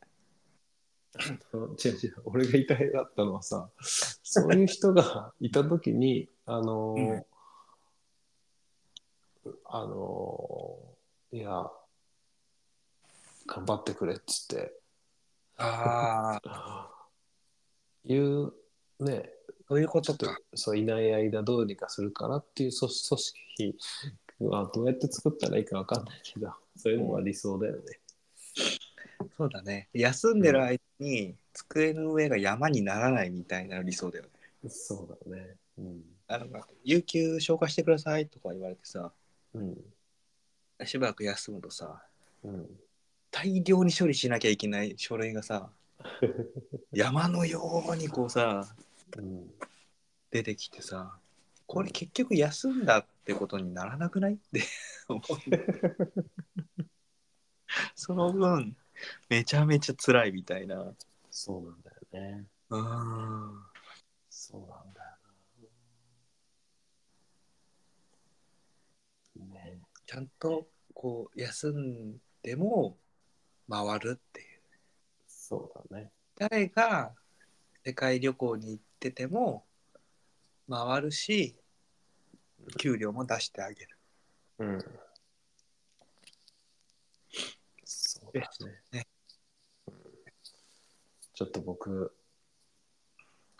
B: その違う違う俺が言いたいだったのはさ そういう人がいた時にあのー、あのーいや頑張ってくれっつって
A: ああ、
B: いうね
A: そういうこ
B: ちょ
A: と
B: っと
A: か。
B: そういない間どうにかするからっていう組組織はどうやって作ったらいいか分かんないけどそういうのは理想だよね。
A: そうだね。休んでる間に机の上が山にならないみたいな理想だよね。
B: そうだね。うん。
A: あの、有給消化してくださいとか言われてさ、
B: うん。
A: しばらく休むとさ、
B: うん。
A: 大量に処理しなきゃいけない書類がさ、山のようにこうさ、
B: うん
A: 出てきてさ、これ結局休んだってことにならなくないって思うんだよね。その分、めちゃめちゃ辛いみたいな。
B: そうなんだよね。
A: うん。
B: そうなんだよ
A: ちゃんとこう休んでも回るっていう
B: そうだね。
A: 誰が世界旅行に行ってても回るし給料も出してあげる
B: うん。そうですね。
A: ね
B: うんちょっと僕、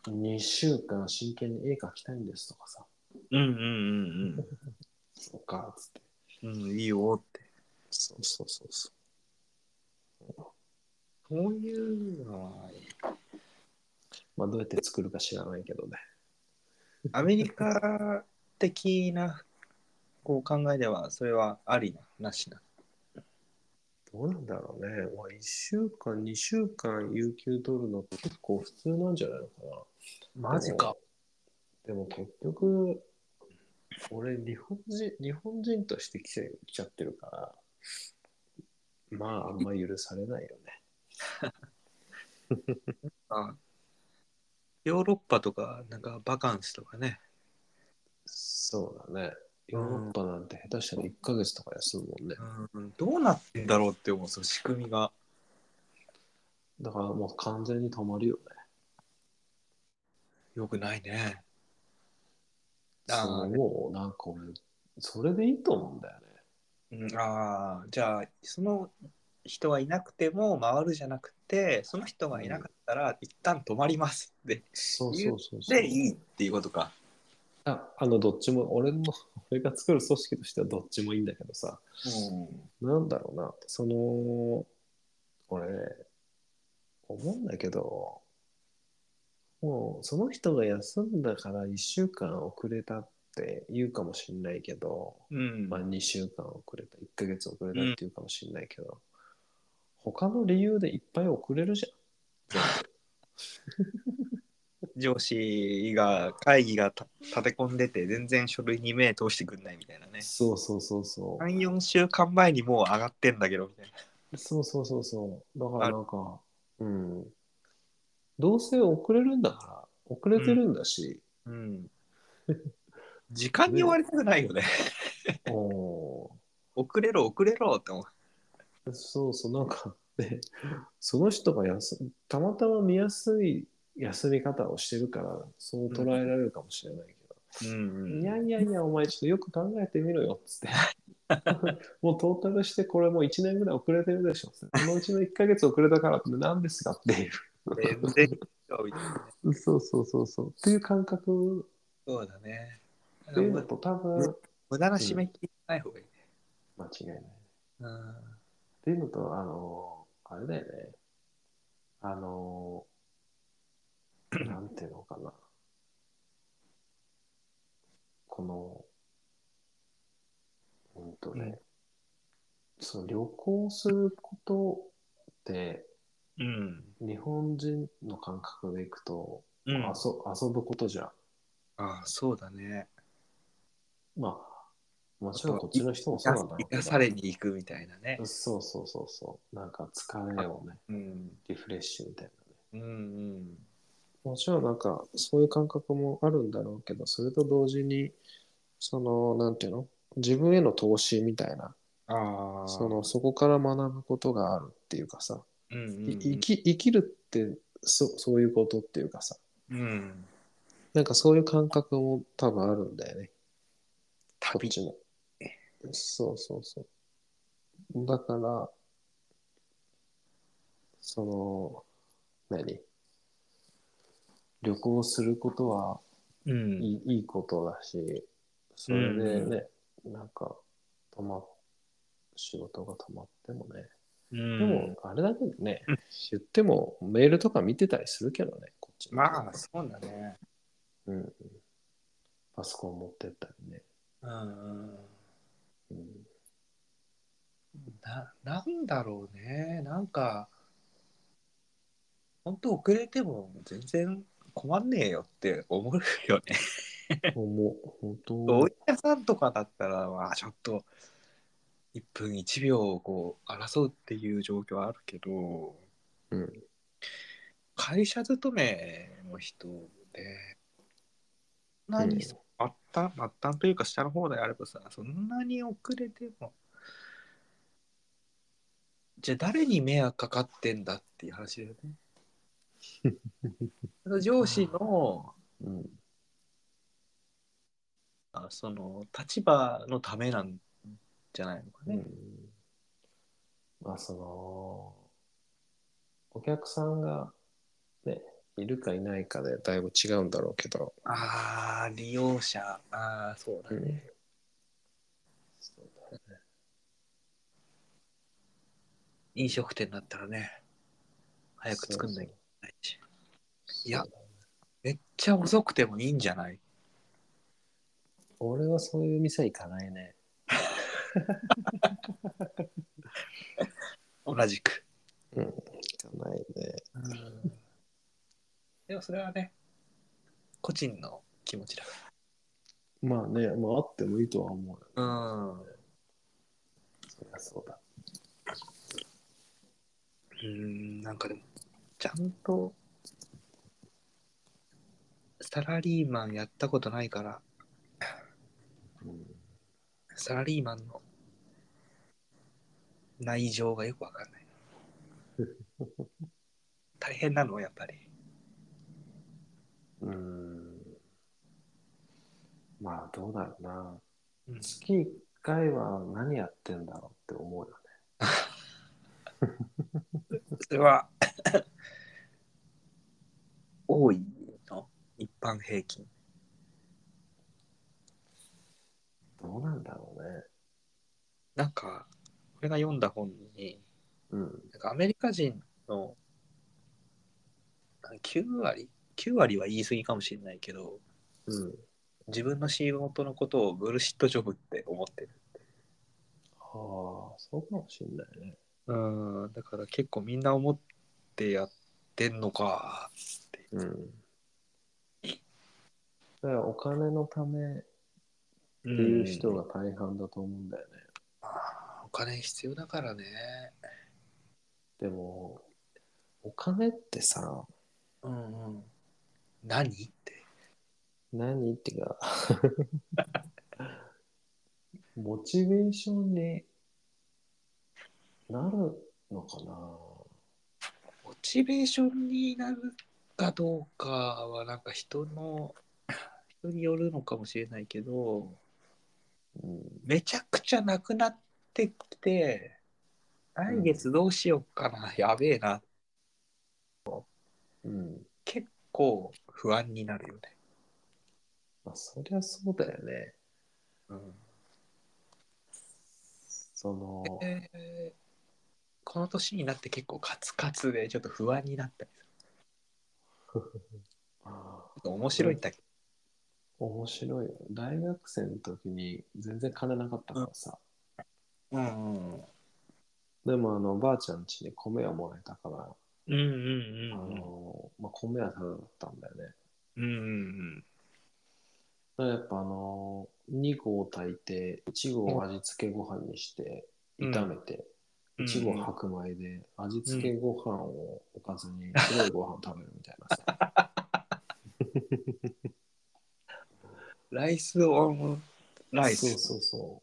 B: 2週間真剣に絵描きたいんですとかさ、
A: うんうんうん
B: そうか、つって。
A: うんうんいいよって
B: そうそうそうそ
A: そういうのは
B: う。まあ、どうやって作るか知らないけどね。
A: アメリカ的なこう考えではそれはありな話な
B: どうなんだろうね。まあ、1週間、2週間、有給取るのって結構普通なんじゃないのかな。
A: マジか。
B: でも結局、俺、日本人、日本人として来ちゃ来ちゃってるから、まあ、あんま許されないよね。
A: あヨーロッパとかなんかバカンスとかね
B: そうだね。ヨーロッパなんて下手したら1ヶ月とか休むもんね。
A: うんどうなってんだろうって思うその仕組みが
B: だからもう完全に止まるよね。
A: よくないねあー
B: そうもう、なんか俺、それでいいと思うんだよね。
A: うん、ああ、じゃあ、その人はいなくても回るじゃなくて、その人がいなかったら、一旦止まりますって。
B: そうそうそうそう。
A: で、いいっていうことか。
B: ああのどっちも俺の 俺が作る組織としてはどっちもいいんだけどさなんだろうなその俺思うんだけどもうその人が休んだから1週間遅れたって言うかもしんないけど、
A: うん。
B: まあ、2週間遅れた1ヶ月遅れたって言うかもしんないけど、他の理由でいっぱい遅れるじゃん。
A: 上司が会議がた立て込んでて、全然書類に目通してくんないみたいなね。
B: そうそうそうそう。
A: 3、4週間前にもう上がってんだけど、みたいな。
B: そうそうそうそう。だからなんか、うん。どうせ遅れるんだから、遅れてるんだし、
A: うん。 時間に追われたくないよね。
B: お
A: 遅れろ、遅れろって思う。
B: ーそうそう、なんか、ね、その人がやすたまたま見やすい休み方をしてるから、そう捉えられるかもしれないけ
A: うん
B: ど、いやいやいや、お前ちょっとよく考えてみろよ、つって。もうトータルしてこれもう1年ぐらい遅れてるでしょ。そのうちの1ヶ月遅れたからって何ですかっていう。
A: 全然いいよみたいなね。
B: そうそうそうそう。っていう感覚
A: そうだね。
B: っていうのと多分、
A: 無駄な締め切りない方がいいね。
B: 間違いない。っ
A: うん。
B: ていうのと、あの、あれだよね。あの、 なんていうのかな。この、うんとね、その旅行することって、
A: うん。
B: 日本人の感覚でいくと、
A: うん、あ
B: 遊遊ぶことじゃん。
A: あ、そうだね。
B: まあ、もちろんこっちの人もそうなんだろう
A: 生か
B: けど。
A: されに行くみたいなね。
B: そうそうそうそう。なんか疲れをね、
A: うん。
B: リフレッシュみたいなね。
A: うんうん。
B: もちろんなんかそういう感覚もあるんだろうけど、それと同時に、その、なんていうの自分への投資みたいな、
A: ああ。
B: その、そこから学ぶことがあるっていうかさ、
A: うんうん、
B: い生き生きるってそそういうことっていうかさ、
A: うん。
B: なんかそういう感覚も多分あるんだよね、こっ
A: 旅。
B: ちの。そうそうそう。だから、その、何旅行することは
A: うん。
B: いいいいことだし、それでね、なんか、止まっ、仕事が止まってもね。
A: うん、
B: でも、あれだけどね、言ってもメールとか見てたりするけどね、こっちの
A: まあ、そうだね。
B: うん。パソコン持ってったりね。
A: うんうん。
B: うん、
A: な、なんだろうね。なんか、本当遅れても全然困んねえよって思うよね。
B: 思う、本当
A: お医者さんとかだったら、まあ、ちょっと1分1秒をこう争うっていう状況はあるけど
B: うん。
A: 会社勤めの人で何
B: うん
A: そあっ端末端というか下の方であればさそんなに遅れてもじゃあ誰に迷惑かかってんだっていう話だ よねその上司の
B: うん。
A: あその立場のためなんじゃないのか
B: う
A: ね、
B: んまあそのお客さんがねいるかいないかでだいぶ違うんだろうけど、
A: ああ利用者ああそうだね、
B: そうだね
A: 飲食店だったらね早く作んなきゃいけないしいや
B: そうだね
A: めっちゃ遅くてもいいんじゃない
B: 俺はそういう店行かないね
A: 同じく、
B: 行かないね
A: でもそれはね個人の気持ちだか
B: まあねまああってもいいとは思うよ
A: らうん
B: そりゃそうだ
A: うんなんかでもちゃんとサラリーマンやったことないから
B: うん
A: サラリーマンの内情がよくわかんない大変なのやっぱり
B: うーんまあどうだろうな
A: うん
B: 月1回は何やってんだろうって思うよね
A: それは 多いの一般平均
B: どうなんだろうね
A: なんか俺が読んだ本に
B: うん
A: なんかアメリカ人の9割9割は言い過ぎかもしれないけど
B: うん
A: 自分の仕事のことをブルシットジョブって思ってる
B: はあそうかもしんないね
A: うんだから結構みんな思ってやってんのか
B: うんだからお金のため
A: って
B: っていう人が大半だと思うんだよね、
A: お金必要だからね
B: でもお金ってさ
A: うんうん何って
B: 何ってか モチベーションになるのかな
A: モチベーションになるかどうかはなんか人の人によるのかもしれないけど
B: うん
A: めちゃくちゃなくなってきて来月どうしようかな、やべえな
B: うん
A: 結構不安になるよね、
B: まあそりゃそうだよねその
A: えーこの年になって結構カツカツでちょっと不安になったりするちょっと面白いんだけど
B: 面白いよ大学生の時に全然金なかったからさ、
A: うんうん
B: でもあのばあちゃん家に米はもらえたから、
A: うんうん
B: あのまあ、米はただだったんだよね
A: うんうん
B: だからやっぱあの2合炊いて1合味付けご飯にして
A: うん
B: 炒めて、
A: うん
B: 1合白米で味付けご飯をおかずに白いご飯食べるみたいなさ
A: ライスオン ライス
B: そうそうそ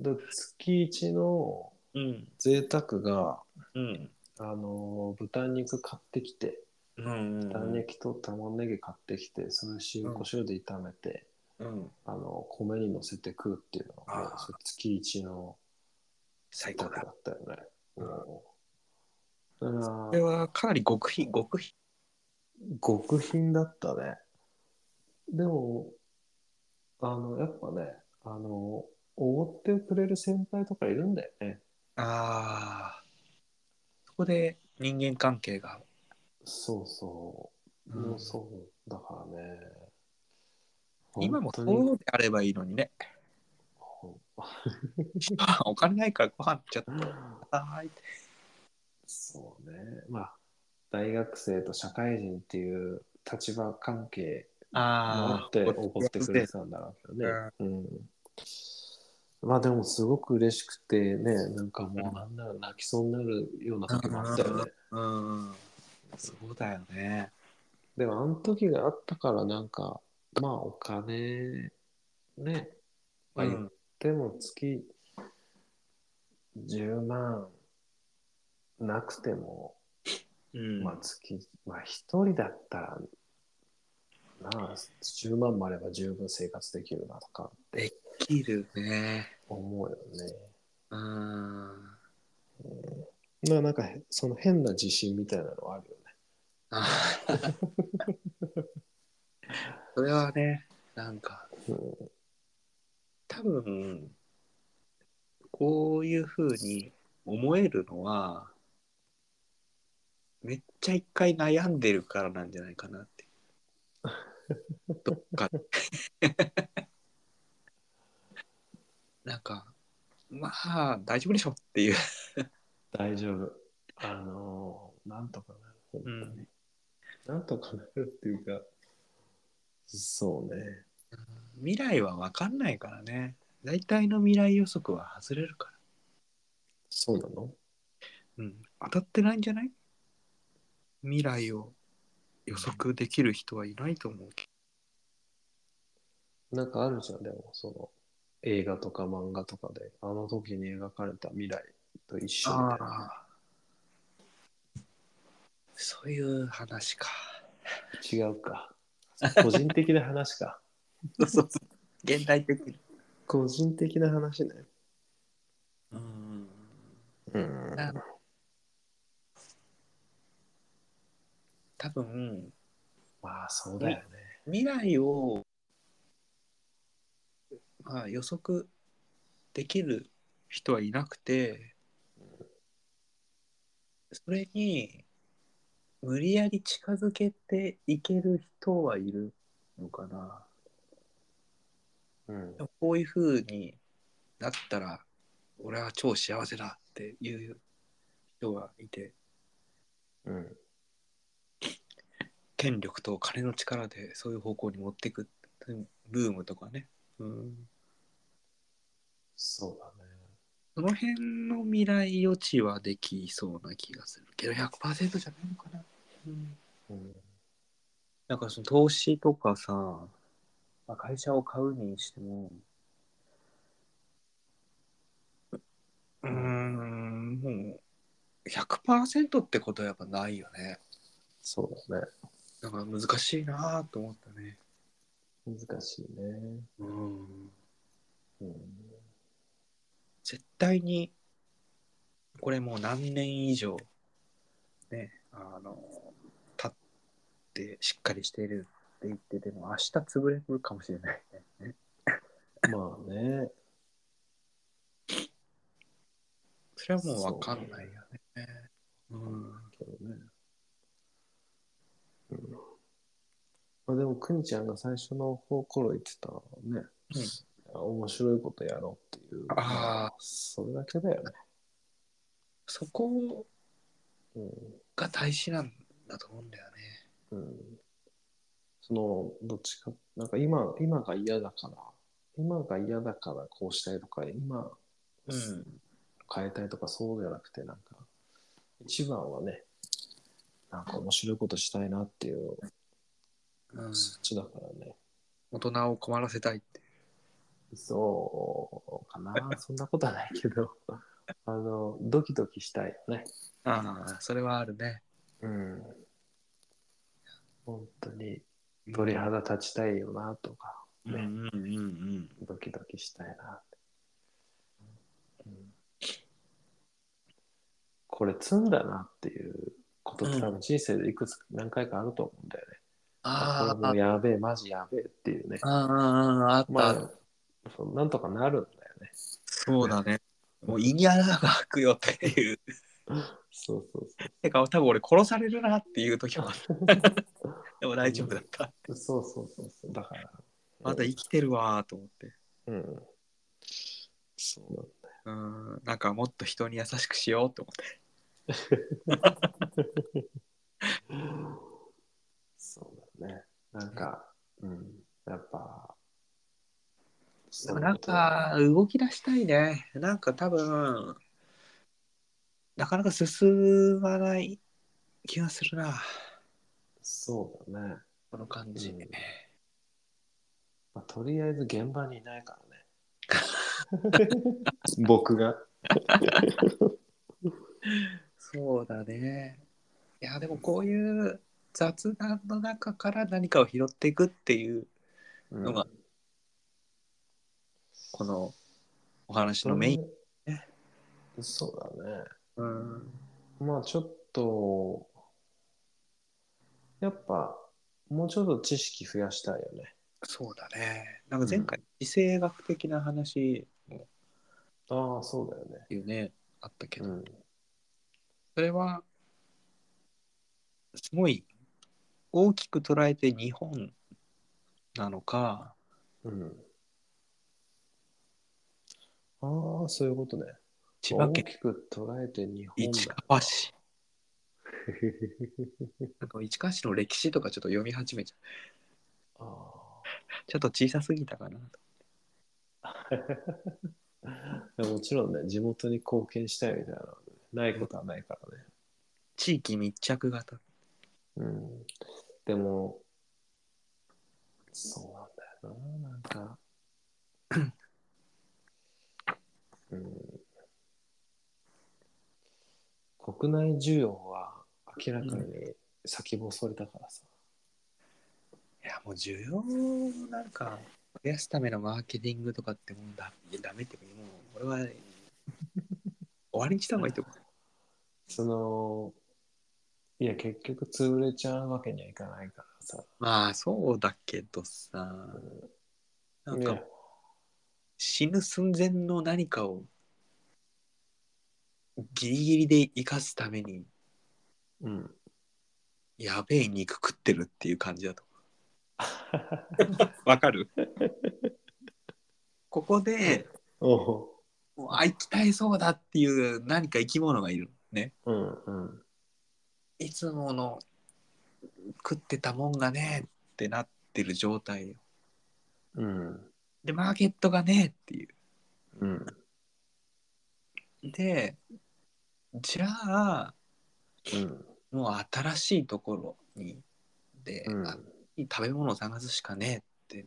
B: うで月1の
A: うん
B: 贅沢が
A: うん
B: あの豚肉買ってきて
A: うんうん
B: 豚肉と玉ねぎ買ってきてそれ塩コショウで炒めて、
A: うん
B: あの米に乗せて食うっていうのがもう
A: あー
B: それ月1の
A: 最
B: だ
A: 高だ
B: ったよね。
A: う
B: うんんだか
A: これ
B: ら
A: はかなり極秘極秘
B: 極貧だったね。でも、あの、やっぱね、あの、おごってくれる先輩とかいるんだよね。
A: ああそこで人間関係が
B: そうそう。
A: うん
B: もうそう。だからね。
A: 今もそ
B: 本当に
A: うであればいいのにねお金ないからご飯ちょっとはーいって
B: そうね。まあ、大学生と社会人っていう立場関係もあ
A: あ
B: って怒ってくれてたんだろうけどね。うんまあでもすごく嬉しくてね、なんかもうなんなら泣きそうになるような時もあったよね。
A: うんそうだよね
B: でもあの時があったからなんか、まあお金ね、まあ、言っても月10万なくても、
A: うん、
B: まあ月、まあ一人だったら、なあ、10万もあれば十分生活できるなとかって
A: 切るね。
B: 思うよね。
A: うん。
B: まあなんか、その変な自信みたいなのはあるよね。
A: あー それはね、なんか、
B: うん
A: 多分、こういうふうに思えるのは、めっちゃ一回悩んでるからなんじゃないかなって。どっかで。なんか、まあ、大丈夫でしょっていう。
B: 大丈夫。あのーなんとかなる。本当に。なんとかなるっていうか、そうね。
A: 未来は分かんないからね。大体の未来予測は外れるから。
B: そうなの
A: うん、当たってないんじゃない未来を予測できる人はいないと思うけ
B: なんかあるじゃん、でも、その、映画とか漫画とかで、あの時に描かれた未来と一緒
A: ど。
B: みたいな。
A: あそういう話か。
B: 違うか。個人的な話 か。
A: 現代的に。
B: 個人的な話ね。
A: うん。
B: うん
A: な多分、
B: まあ、そうだよね。
A: 未来を、まあ、予測できる人はいなくて、それに無理やり近づけていける人はいるのかな。
B: うん。
A: こういう風になったら、俺は超幸せだっていう人がいて、
B: うん。
A: 権力と金の力でそういう方向に持っていくブームとかね。うん
B: そうだね。
A: その辺の未来予知はできそうな気がするけど、100%じゃないのかな。うん。
B: うん。
A: なんかその投資とかさ、まあ、会社を買うにしても、うーん、もう100%ってことはやっぱないよね。
B: そうだね。
A: だから難しいなぁと思ったね。
B: 難しいね。
A: うん。
B: うん。
A: 絶対にこれもう何年以上ねあの立ってしっかりしているって言ってても明日潰れるかもしれないね
B: まあね。
A: それはもう分かんないよねう
B: けどね。うん。まあでも、くにちゃんが最初の頃言ってたね、面白いことやろうっていう。
A: ああ
B: それだけだよね。
A: そこ
B: うん。
A: が大事なんだと思うんだよね
B: うん。その、どっちか、なんか今、今が嫌だから、今が嫌だからこうしたいとか、今、変えたいとかそうじゃなくてなんか一番はねなんか面白いことしたいなっていう、
A: うん、うん、
B: そっちだからね
A: 大人を困らせたいって
B: そうかなそんなことはないけど あのドキドキしたいよね
A: ああそれはあるね
B: うん本当に鳥肌立ちたいよなとか、
A: うんうんうんうん
B: ドキドキしたいなって、うんこれ積んだなっていうことって多分人生でいくつか何回かあると思うんだよね、あ
A: あ
B: これ
A: あ
B: もうやべえ、マジやべえっていうね。
A: あああった、
B: まあ、そうなんとかなるんだよね。
A: そうだねもう胃に穴が開くよっていう
B: そうそう
A: てか多分俺殺されるなっていう時もあるでも大丈夫だった
B: そう。そうそうそうそう。だから。
A: まだ生きてるわーと思って
B: うん。そうなんだ。
A: うーんなんかもっと人に優しくしようと思って
B: そうだね。なんか、うん。やっぱ。
A: でもなんか動き出したいねなんか多分なかなか進まない気がするな
B: そうだね。
A: この感じ、
B: うんまあ、とりあえず現場にいな いからね。僕が。
A: そうだね。いや、でもこういう雑談の中から何かを拾っていくっていう
B: うん
A: のが、このお話のメイン。ね
B: そうだね。
A: うん。
B: まあちょっと、やっぱ、もうちょっと知識増やしたいよね。
A: そうだね。なんか前回、地政学的な話も
B: ああ、そうだよね。
A: っていうね、あったけど、
B: うん。
A: それは、すごい大きく捉えて日本なのか、
B: うん、ああ、そういうことね。
A: 千葉
B: 大
A: 県
B: きく捉えて日本
A: 市
B: だ。
A: 川市。なんか市川市の歴史とかちょっと読み始めちゃ
B: あ
A: う。ちょっと小さすぎたかなと。
B: あもちろんね、地元に貢献したいみたいなのはね、ないことはないからね。
A: 地域密着型。
B: うん。でも、そうなんだよな、なんか。うん。国内需要は明らかに先細りだからさ。
A: いや、もう需要なんか増やすためのマーケティングとかってもうダメダメっていうか、もう 俺は終わりにした方がいいと思う。
B: その、いや、結局潰れちゃうわけにはいかないからさ。
A: まあそうだけどさ、なんか
B: ね
A: 死ぬ寸前の何かをギリギリで生かすために
B: うん。
A: やべえ肉食ってるっていう感じだと。わかる ここで
B: おう
A: もうあ生きたいそうだっていう何か生き物がいるね。
B: うんうん。
A: いつもの食ってたもんがねってなってる状態よ
B: うん。
A: でマーケットがねっていう。
B: うん。
A: でじゃあ
B: うん。
A: もう新しいところにで、
B: うん
A: あ食べ物を探すしかねえって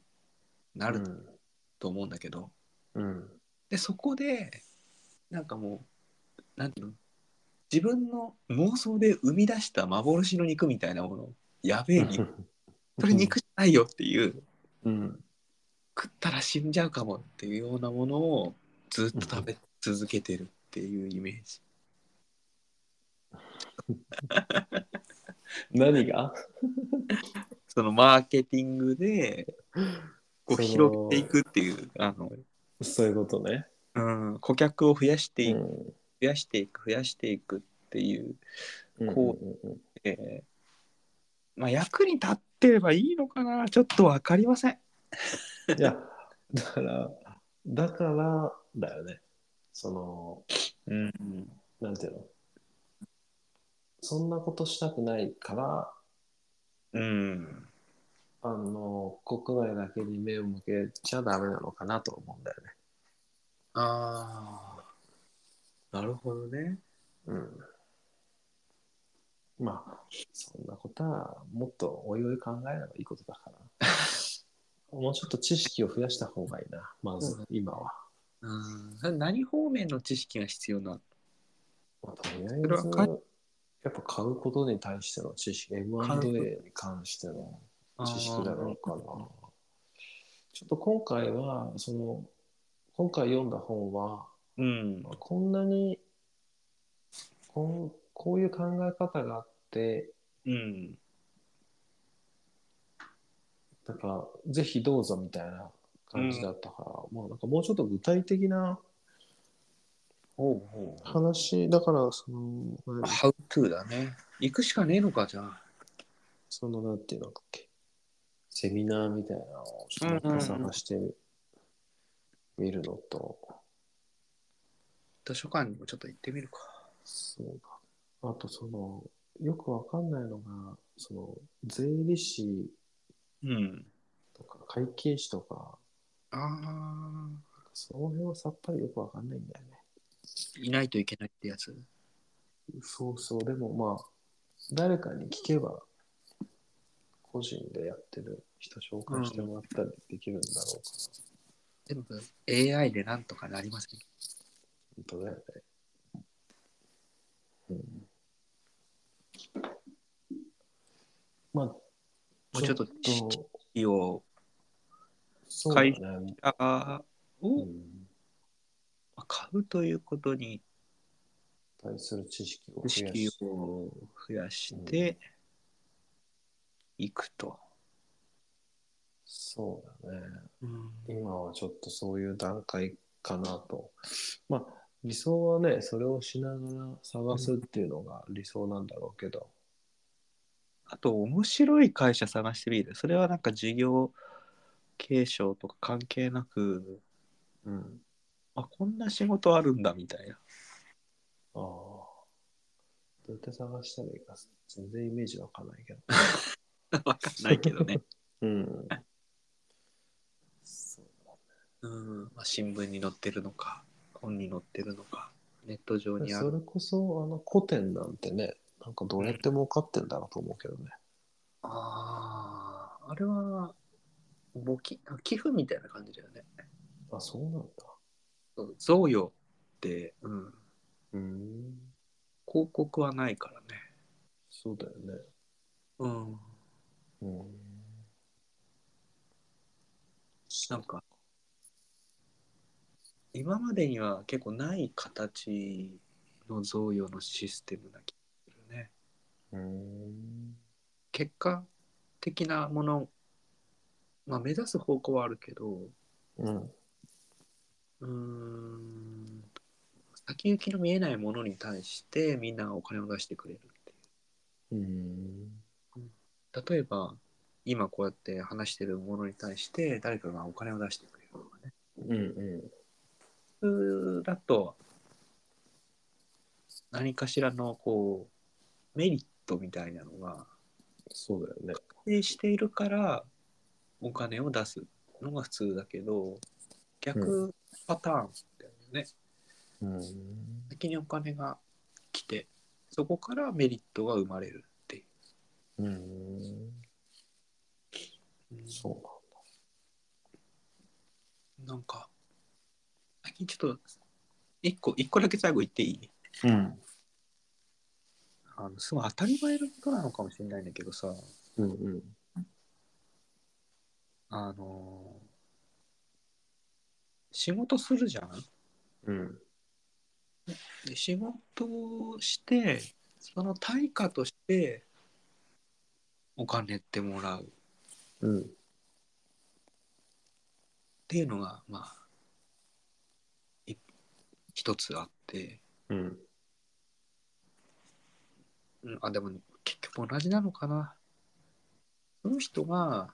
A: なる
B: うん
A: と思うんだけど、
B: うん。
A: でそこでなんかもうなんていうの自分の妄想で生み出した幻の肉みたいなものやべえ 肉それ肉じゃないよっていう
B: うん。
A: 食ったら死んじゃうかもっていうようなものをずっと食べ続けてるっていうイメージ。
B: 何が
A: そのマーケティングでこう
B: その
A: 広げていくっていうあの、
B: そういうことね。
A: うん、顧客を増やしていく、
B: ん
A: 増やしていく増やしていくっていう、こ
B: う。
A: えーまあ、役に立ってればいいのかなちょっと分かりません。
B: いや、だから、だからだよね。その、
A: うん、
B: なんていうのそんなことしたくないから、
A: うん、
B: あの、国内だけに目を向けちゃダメなのかなと思うんだよね。
A: ああなるほどね。
B: うん。まあ、そんなことはもっとおいおい考えればいいことだから。 もうちょっと知識を増やした方がいいな、まず、今は。
A: うん、それ何方面の知識が必要なの
B: まあ、とりあ
A: それ
B: え
A: は
B: ず
A: 買い、
B: やっぱ買うことに対しての知識、
A: 買う
B: M&A に関しての知識だろうから、
A: あー
B: ちょっと今回は、その、今回読んだ本は、
A: うん
B: まあこんなにこん、こういう考え方があって、
A: うん
B: なんか、ぜひどうぞみたいな感じだったから、まあなんかもうちょっと具体的な
A: ほうほう
B: 話、だから、その、何
A: ハウトゥーだね。行くしかねえのかじゃあ。
B: そのなんていうのかっけセミナーみたいなのをちょっともっと探してみるのと、
A: 図書館にもちょっと行ってみるか。
B: そうだあとそのよくわかんないのがその税理士
A: うん。
B: とか会計士とか
A: ああ、
B: その辺はさっぱりよくわかんないんだよね
A: いないといけないってやつ。
B: そうそうでもまあ誰かに聞けば個人でやってる人紹介してもらったりできるんだろうか
A: 全部 AI でなんとかなりません。
B: な。本当だよね。うん。まあ、も
A: うちょっと
B: と
A: 費を
B: そうだね。
A: あ
B: う
A: を
B: ん
A: 買うということに
B: 対する知識
A: 意
B: を増やし
A: 識を増やしていくと。
B: そうだね。
A: うん
B: 今はちょっとそういう段階かなと。まあ理想はね、それをしながら探すっていうのが理想なんだろうけど、
A: あと面白い会社探してみる。それはなんか事業継承とか関係なく、
B: うん。
A: あ、こんな仕事あるんだみたいな。
B: ああ。どうやって探したらいいか、全然イメージわかんないけど。
A: わかんないけどね。
B: うん。そう
A: うん、まあ、新聞に載ってるのか、本に載ってるのか、ネット上
B: だね
A: にあ
B: そ
A: る。
B: れこそ、あの、古典なんてね、なんかどうやって儲かってんだろうと思うけどね。
A: ああ、あれは、募金、あ寄付みたいな感じだよね。
B: あ、そうなんだ。
A: そう贈与って、うん、
B: うん。
A: 広告はないからね。
B: そうだよね。
A: うん、
B: うん。
A: なんか、今までには結構ない形の贈与のシステムな気がするね。
B: うん。
A: 結果的なもの、まあ、目指す方向はあるけど、
B: うん。
A: うーん先行きの見えないものに対してみんながお金を出してくれるってい
B: うん。
A: う例えば今こうやって話してるものに対して誰かがお金を出してくれるとかね
B: うんう
A: 普通だと何かしらのこうメリットみたいなのが
B: ん。そうだよね。
A: 確定しているからお金を出すのが普通だけど逆パターンだよね、
B: うん。
A: 先にお金が来てそこからメリットが生まれるってい
B: うん。
A: う、
B: そ
A: なんか最近ちょっと一個一個だけ最後言っていい
B: うんだ。
A: あのすごい当たり前のことなのかもしれないんだけどさ
B: うん。うんうん。
A: あの仕事するじゃん
B: うん。
A: で仕事をしてその対価としてお金ってもらうっ
B: うん。
A: ていうのがまあい一つあって、
B: うん。
A: うん、あでも結局同じなのかなその人が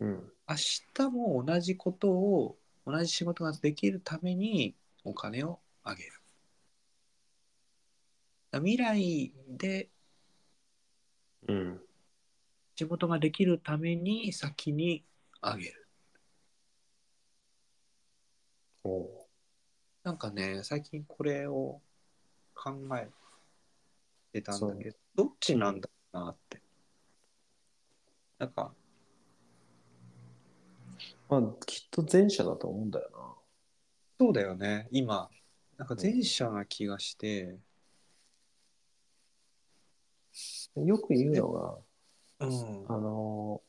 B: うん。
A: 明日も同じことを同じ仕事ができるためにお金をあげるだ未来で
B: うん。
A: 仕事ができるために先にあげる
B: おう
A: なんかね最近これを考えてたんだけどどっちなんだろうなってなんか
B: まあ、きっと前者だと思うんだよ
A: そうだよね今なんか前者な気がして、
B: な。よく言うのが、
A: うん
B: あの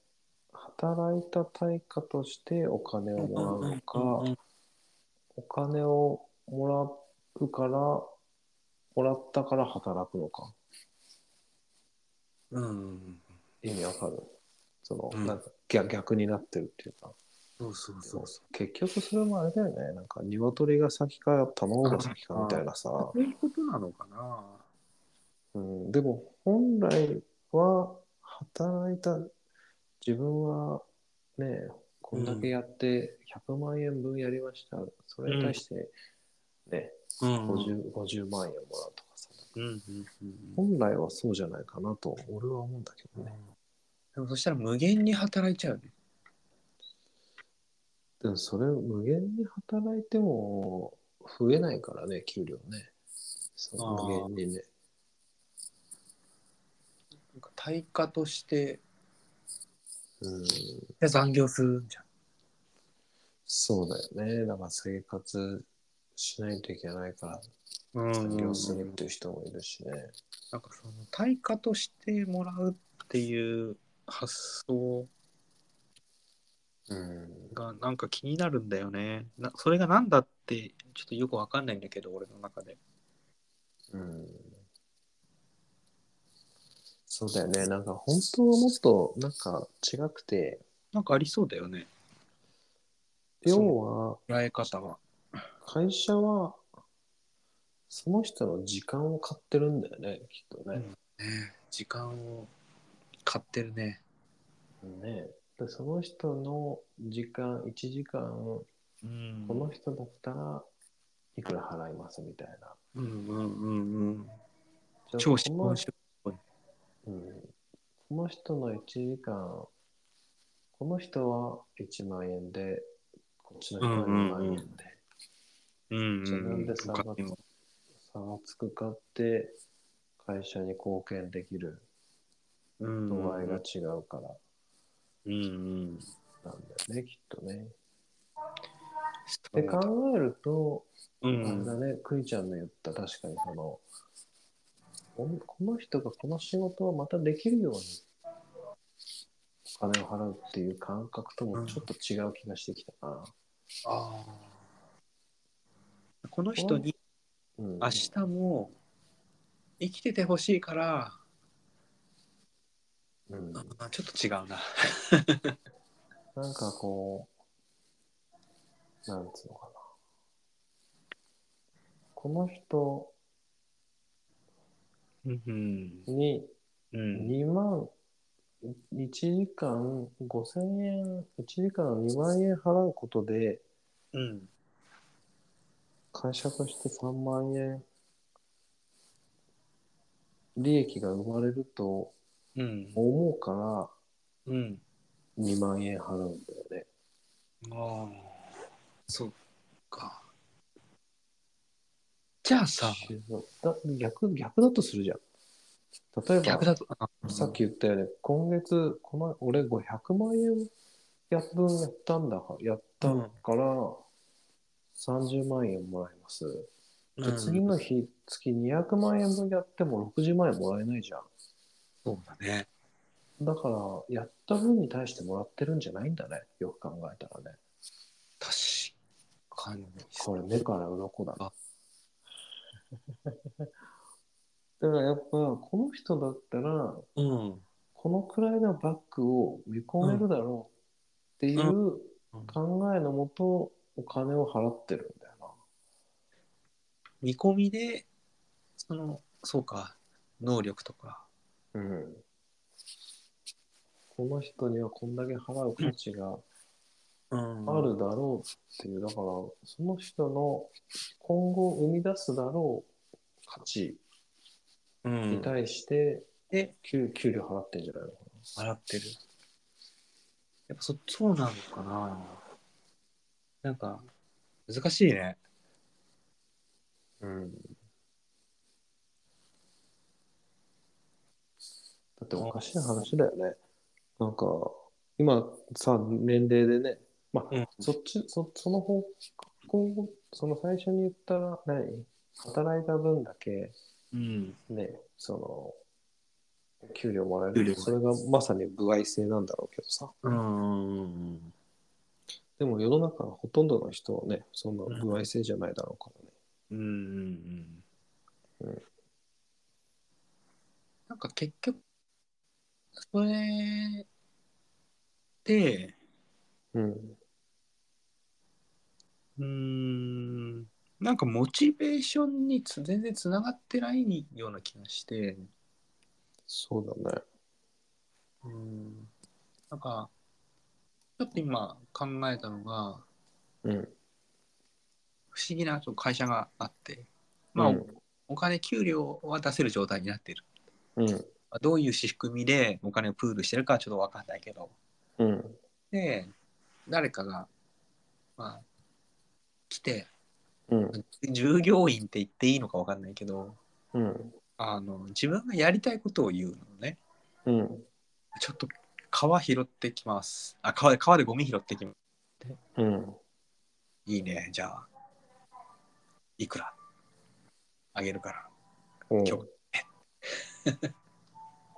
B: ー、働いた対価としてお金をもらうのか、お金をもらうから、もらったから働くのか。
A: うん
B: 意味わかるその、
A: うん
B: なんか逆逆になってるっていうか。
A: そうそうそうそ
B: 結局それもあれだよね。なんか、鶏が先か、卵が先かみたいなさ。
A: うそういうことなのかな
B: うん、でも本来は働いた自分はねこんだけやって100万円分やりました、それに対してね、
A: うんうん
B: 50, 50万円もらうとかさ
A: うんうん
B: 本来はそうじゃないかなと俺は思うんだけ
A: う
B: ど
A: ん
B: ね、
A: でもそしたら無限に働いちゃうね。
B: でもそれ無限に働いても増えないからね給料ねそ
A: あ
B: う
A: ー
B: 無限にね
A: なんか対価として
B: うん、
A: で残業するんじゃん。
B: そうだよね。だから生活しないといけないから、
A: うん
B: 残業するっていう人もいるしね。
A: なんかその対価としてもらうっていう発想
B: うん。
A: がなんか気になるんだよね。なそれがなんだってちょっとよくわかんないんだけど俺の中で。
B: うん。そうだよね。なんか本当はもっとなんか違くて、
A: なんかありそうだよね。そう
B: 要は
A: 捉え方が。
B: 会社はその人の時間を買ってるんだよね、きっとね。
A: ね、時間を買ってるね。
B: ねでその人の時間、1時間、
A: うん
B: この人だったらいくら払いますみたいな。
A: うんうんうんうん。
B: じゃあ
A: 超資
B: この
A: 本主義
B: うんこの人の1時間、この人は1万円で、こっちの人は2万円で、
A: うん
B: 自分で差
A: 他
B: が
A: にも
B: 差がつくかって、会社に貢献できる
A: うん
B: 度合いが
A: う
B: 違うから
A: んうん。
B: なんだよね、きっとね。
A: う
B: で考えると、
A: う
B: あれ
A: ん
B: だね、クイちゃんの言った確かにその、このこの人がこの仕事をまたできるようにお金を払うっていう感覚ともちょっと違う気がしてきたかな。
A: あーこの人に
B: うん
A: 明日も生きててほしいから、
B: うん、
A: あーちょっと違うな。
B: なんかこう、なんつうのかな。この人
A: うん
B: に
A: うん
B: 2万、1時間5000円、1時間2万円払うことで、
A: うん
B: 会社として3万円利益が生まれると
A: うん
B: 思うか
A: うん
B: ら2万円払うんだよね。
A: ああそうかじゃあさ
B: だ逆逆だとするじゃん。例えば、
A: 逆だとあ
B: さっき言ったよね、今月、この俺500万円やっ分やったんだか、やったから、30万円もらいます。
A: う
B: で
A: ん
B: 次の日、月200万円分やっても60万円もらえないじゃん。
A: そうだね
B: だから、やった分に対してもらってるんじゃないんだね。よく考えたらね。
A: 確かに
B: これ目から鱗だ な。だからやっぱ、この人だったら、
A: うん
B: このくらいのバッグを見込めるだろうっていう、考えのもとお金を払ってるんだよ
A: 見込みでそのそうか能力とか
B: な。うん。この人にはこんだけ払う価値が
A: うん
B: あるだろうっていう、だから、その人の今後生み出すだろう価値
A: う
B: に
A: ん
B: 対して
A: で
B: 給給料払ってんじゃないのか
A: 笑ってるやっぱそそうなのかななんか難しいね
B: な。うん。だっておかしい話だよね。なんか、今さ、年齢でね、まあ、
A: うん
B: そっち、そその方向、その最初に言ったら何働いた分だけ、
A: うん
B: ね、その、給料もらえ
A: 給料もらえる
B: る。それがまさに具合性なんだろうけどさ。
A: うん
B: でも世の中のほとんどの人はね、そんな具合性じゃないだろうからね。
A: うんうん
B: うん
A: なんか結局それで
B: うん。
A: うーんなんかモチベーションにつ全然つながってないような気がして
B: そうだね。
A: うんなんかちょっと今考えたのが
B: うん。
A: 不思議なちょっと会社があってまあ、
B: うん
A: お金給料は出せる状態になってる
B: うん。
A: どういう仕組みでお金をプールしてるかはちょっと分かんないけど
B: うん。
A: で誰かが、まあ、来て
B: うん。
A: 従業員って言っていいのか分かんないけど
B: うん。
A: あの自分がやりたいことを言うのね
B: うん。
A: ちょっと川拾ってきます。あ、川で、川でゴミ拾ってきます。
B: うん。
A: いいね、じゃあ、いくらあげるから。
B: うん。
A: 今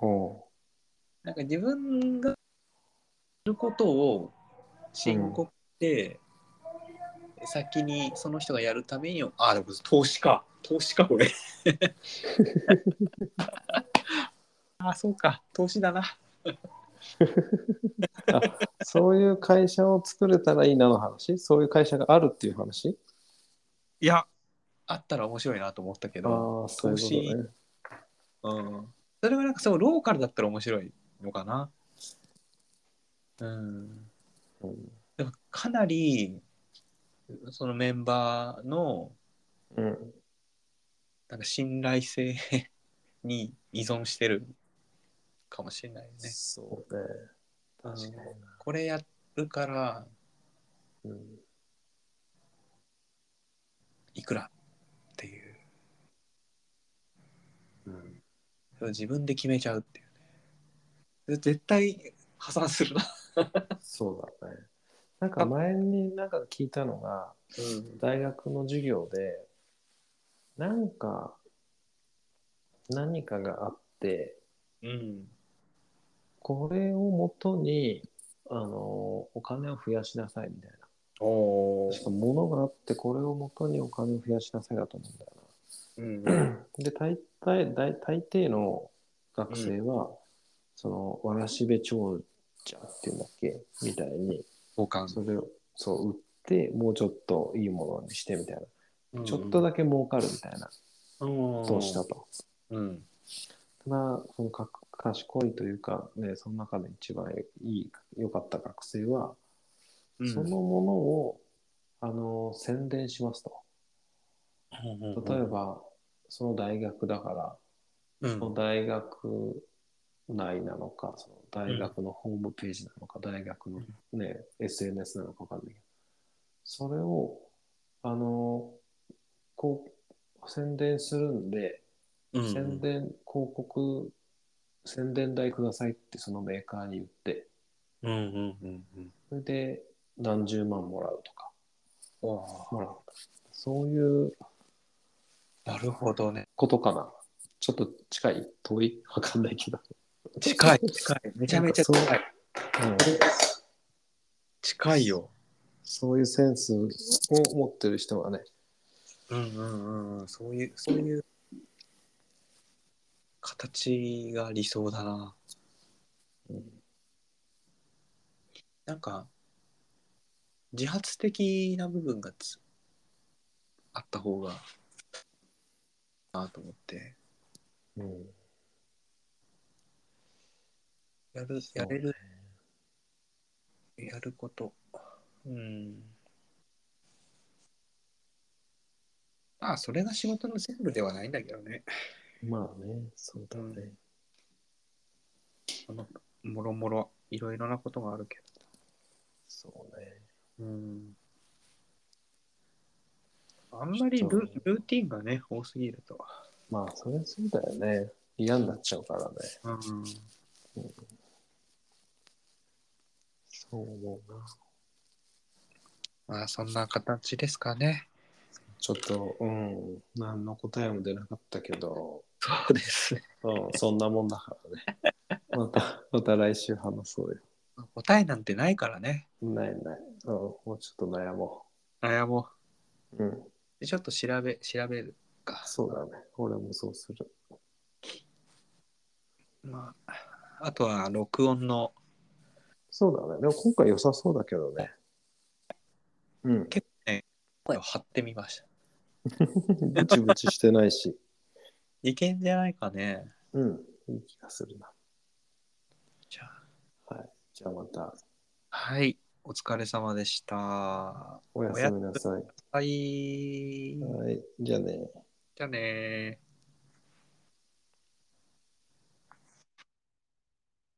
A: 日なんか自分がすることを申告して、先にその人がやるために、あ、でも投資か。投資か、これ。あ、そうか。投資だな。
B: そういう会社を作れたらいいなの話そういう会社があるっていう話
A: いや、あったら面白いなと思ったけど、
B: ああ、そういうことね。
A: うん。それはなんかそう、ローカルだったら面白いのかな。うん。でもかなりそのメンバーの
B: うん。うん
A: なんか信頼性に依存してるかもしれないね。
B: そうね。確かに
A: これやるから
B: うん。
A: いくらっていう
B: うん
A: 自分で決めちゃうっていうね。絶対破産するな。
B: そうだね。なんか前になんか聞いたのが、大学の授業で、なんか、何かがあって、
A: うん。
B: これをもとに、あの、お金を増やしなさいみたいな。
A: お
B: 確か物があって、これをもとにお金を増やしなさいだと思うんだよな。
A: うん。
B: で大体大大抵の学生は、そのわらしべ長者っていうんだっけみたいに
A: 交換。
B: それをそう売ってもうちょっといいものにしてみたいな、ちょっと
A: だ
B: だけ儲かるみたいな投資だと、
A: うん。
B: ただそのか賢いというか、ね、その中で一番いい良かった学生は、そのものをあの宣伝しますと例えば、その大学だから
A: うん、
B: その大学内なのか、その大学のホームページなのか、大学のね、SNS なのかわかんないけど、それを、あの、こう、宣伝するんで、
A: うん
B: 宣伝、広告、宣伝代くださいってそのメーカーに言って、
A: うんうんうんうん。
B: それで何十万もらうとか、
A: おー
B: もらうとかそういう
A: なるほどね。
B: ことかな。ちょっと近い遠いわかんないけど。
A: 近い、近い。めちゃめちゃ近
B: なんか
A: い。
B: うん
A: 近いよ。
B: そういうセンスを持ってる人はね、
A: うんうんうん。そういう、そういう形が理想だな。なんか、自発的な部分がつあった方が、なと思って、
B: うん、
A: やる、やれる、やること。うん。まあ、それが仕事の全部ではないんだけどね。
B: まあね、そうだね。
A: あのもろもろいろいろなことがあるけ
B: そうね。
A: ど、うん、あんまりルルーティンがね多すぎると、
B: まあ、そりゃそうだよね。嫌になっちゃうからね。
A: うん、
B: そう思うな。
A: まあそんな形ですかね
B: ちょっと、うん、何の答えも出なかったけど、
A: そうですね
B: うん、そんなもんだからね。 また、また来週話そうよ。
A: 答えなんてないからね
B: ないない。うん、もうちょっと悩も
A: 悩も
B: う。うん、
A: うちょっと調べ調べるか
B: そうだね。俺もそうする。
A: まああとは録音の
B: そうだね。でも今回良さそうだけどね。うん。
A: 声を貼ってみました
B: ブチブチしてないし。
A: いけんじゃないかね
B: うん。いい気がするな。
A: じゃあ
B: はい。じゃあまた、
A: はいお疲れ様でしたは
B: おやすみなさい。
A: い
B: はい。じゃあね。
A: じゃあねー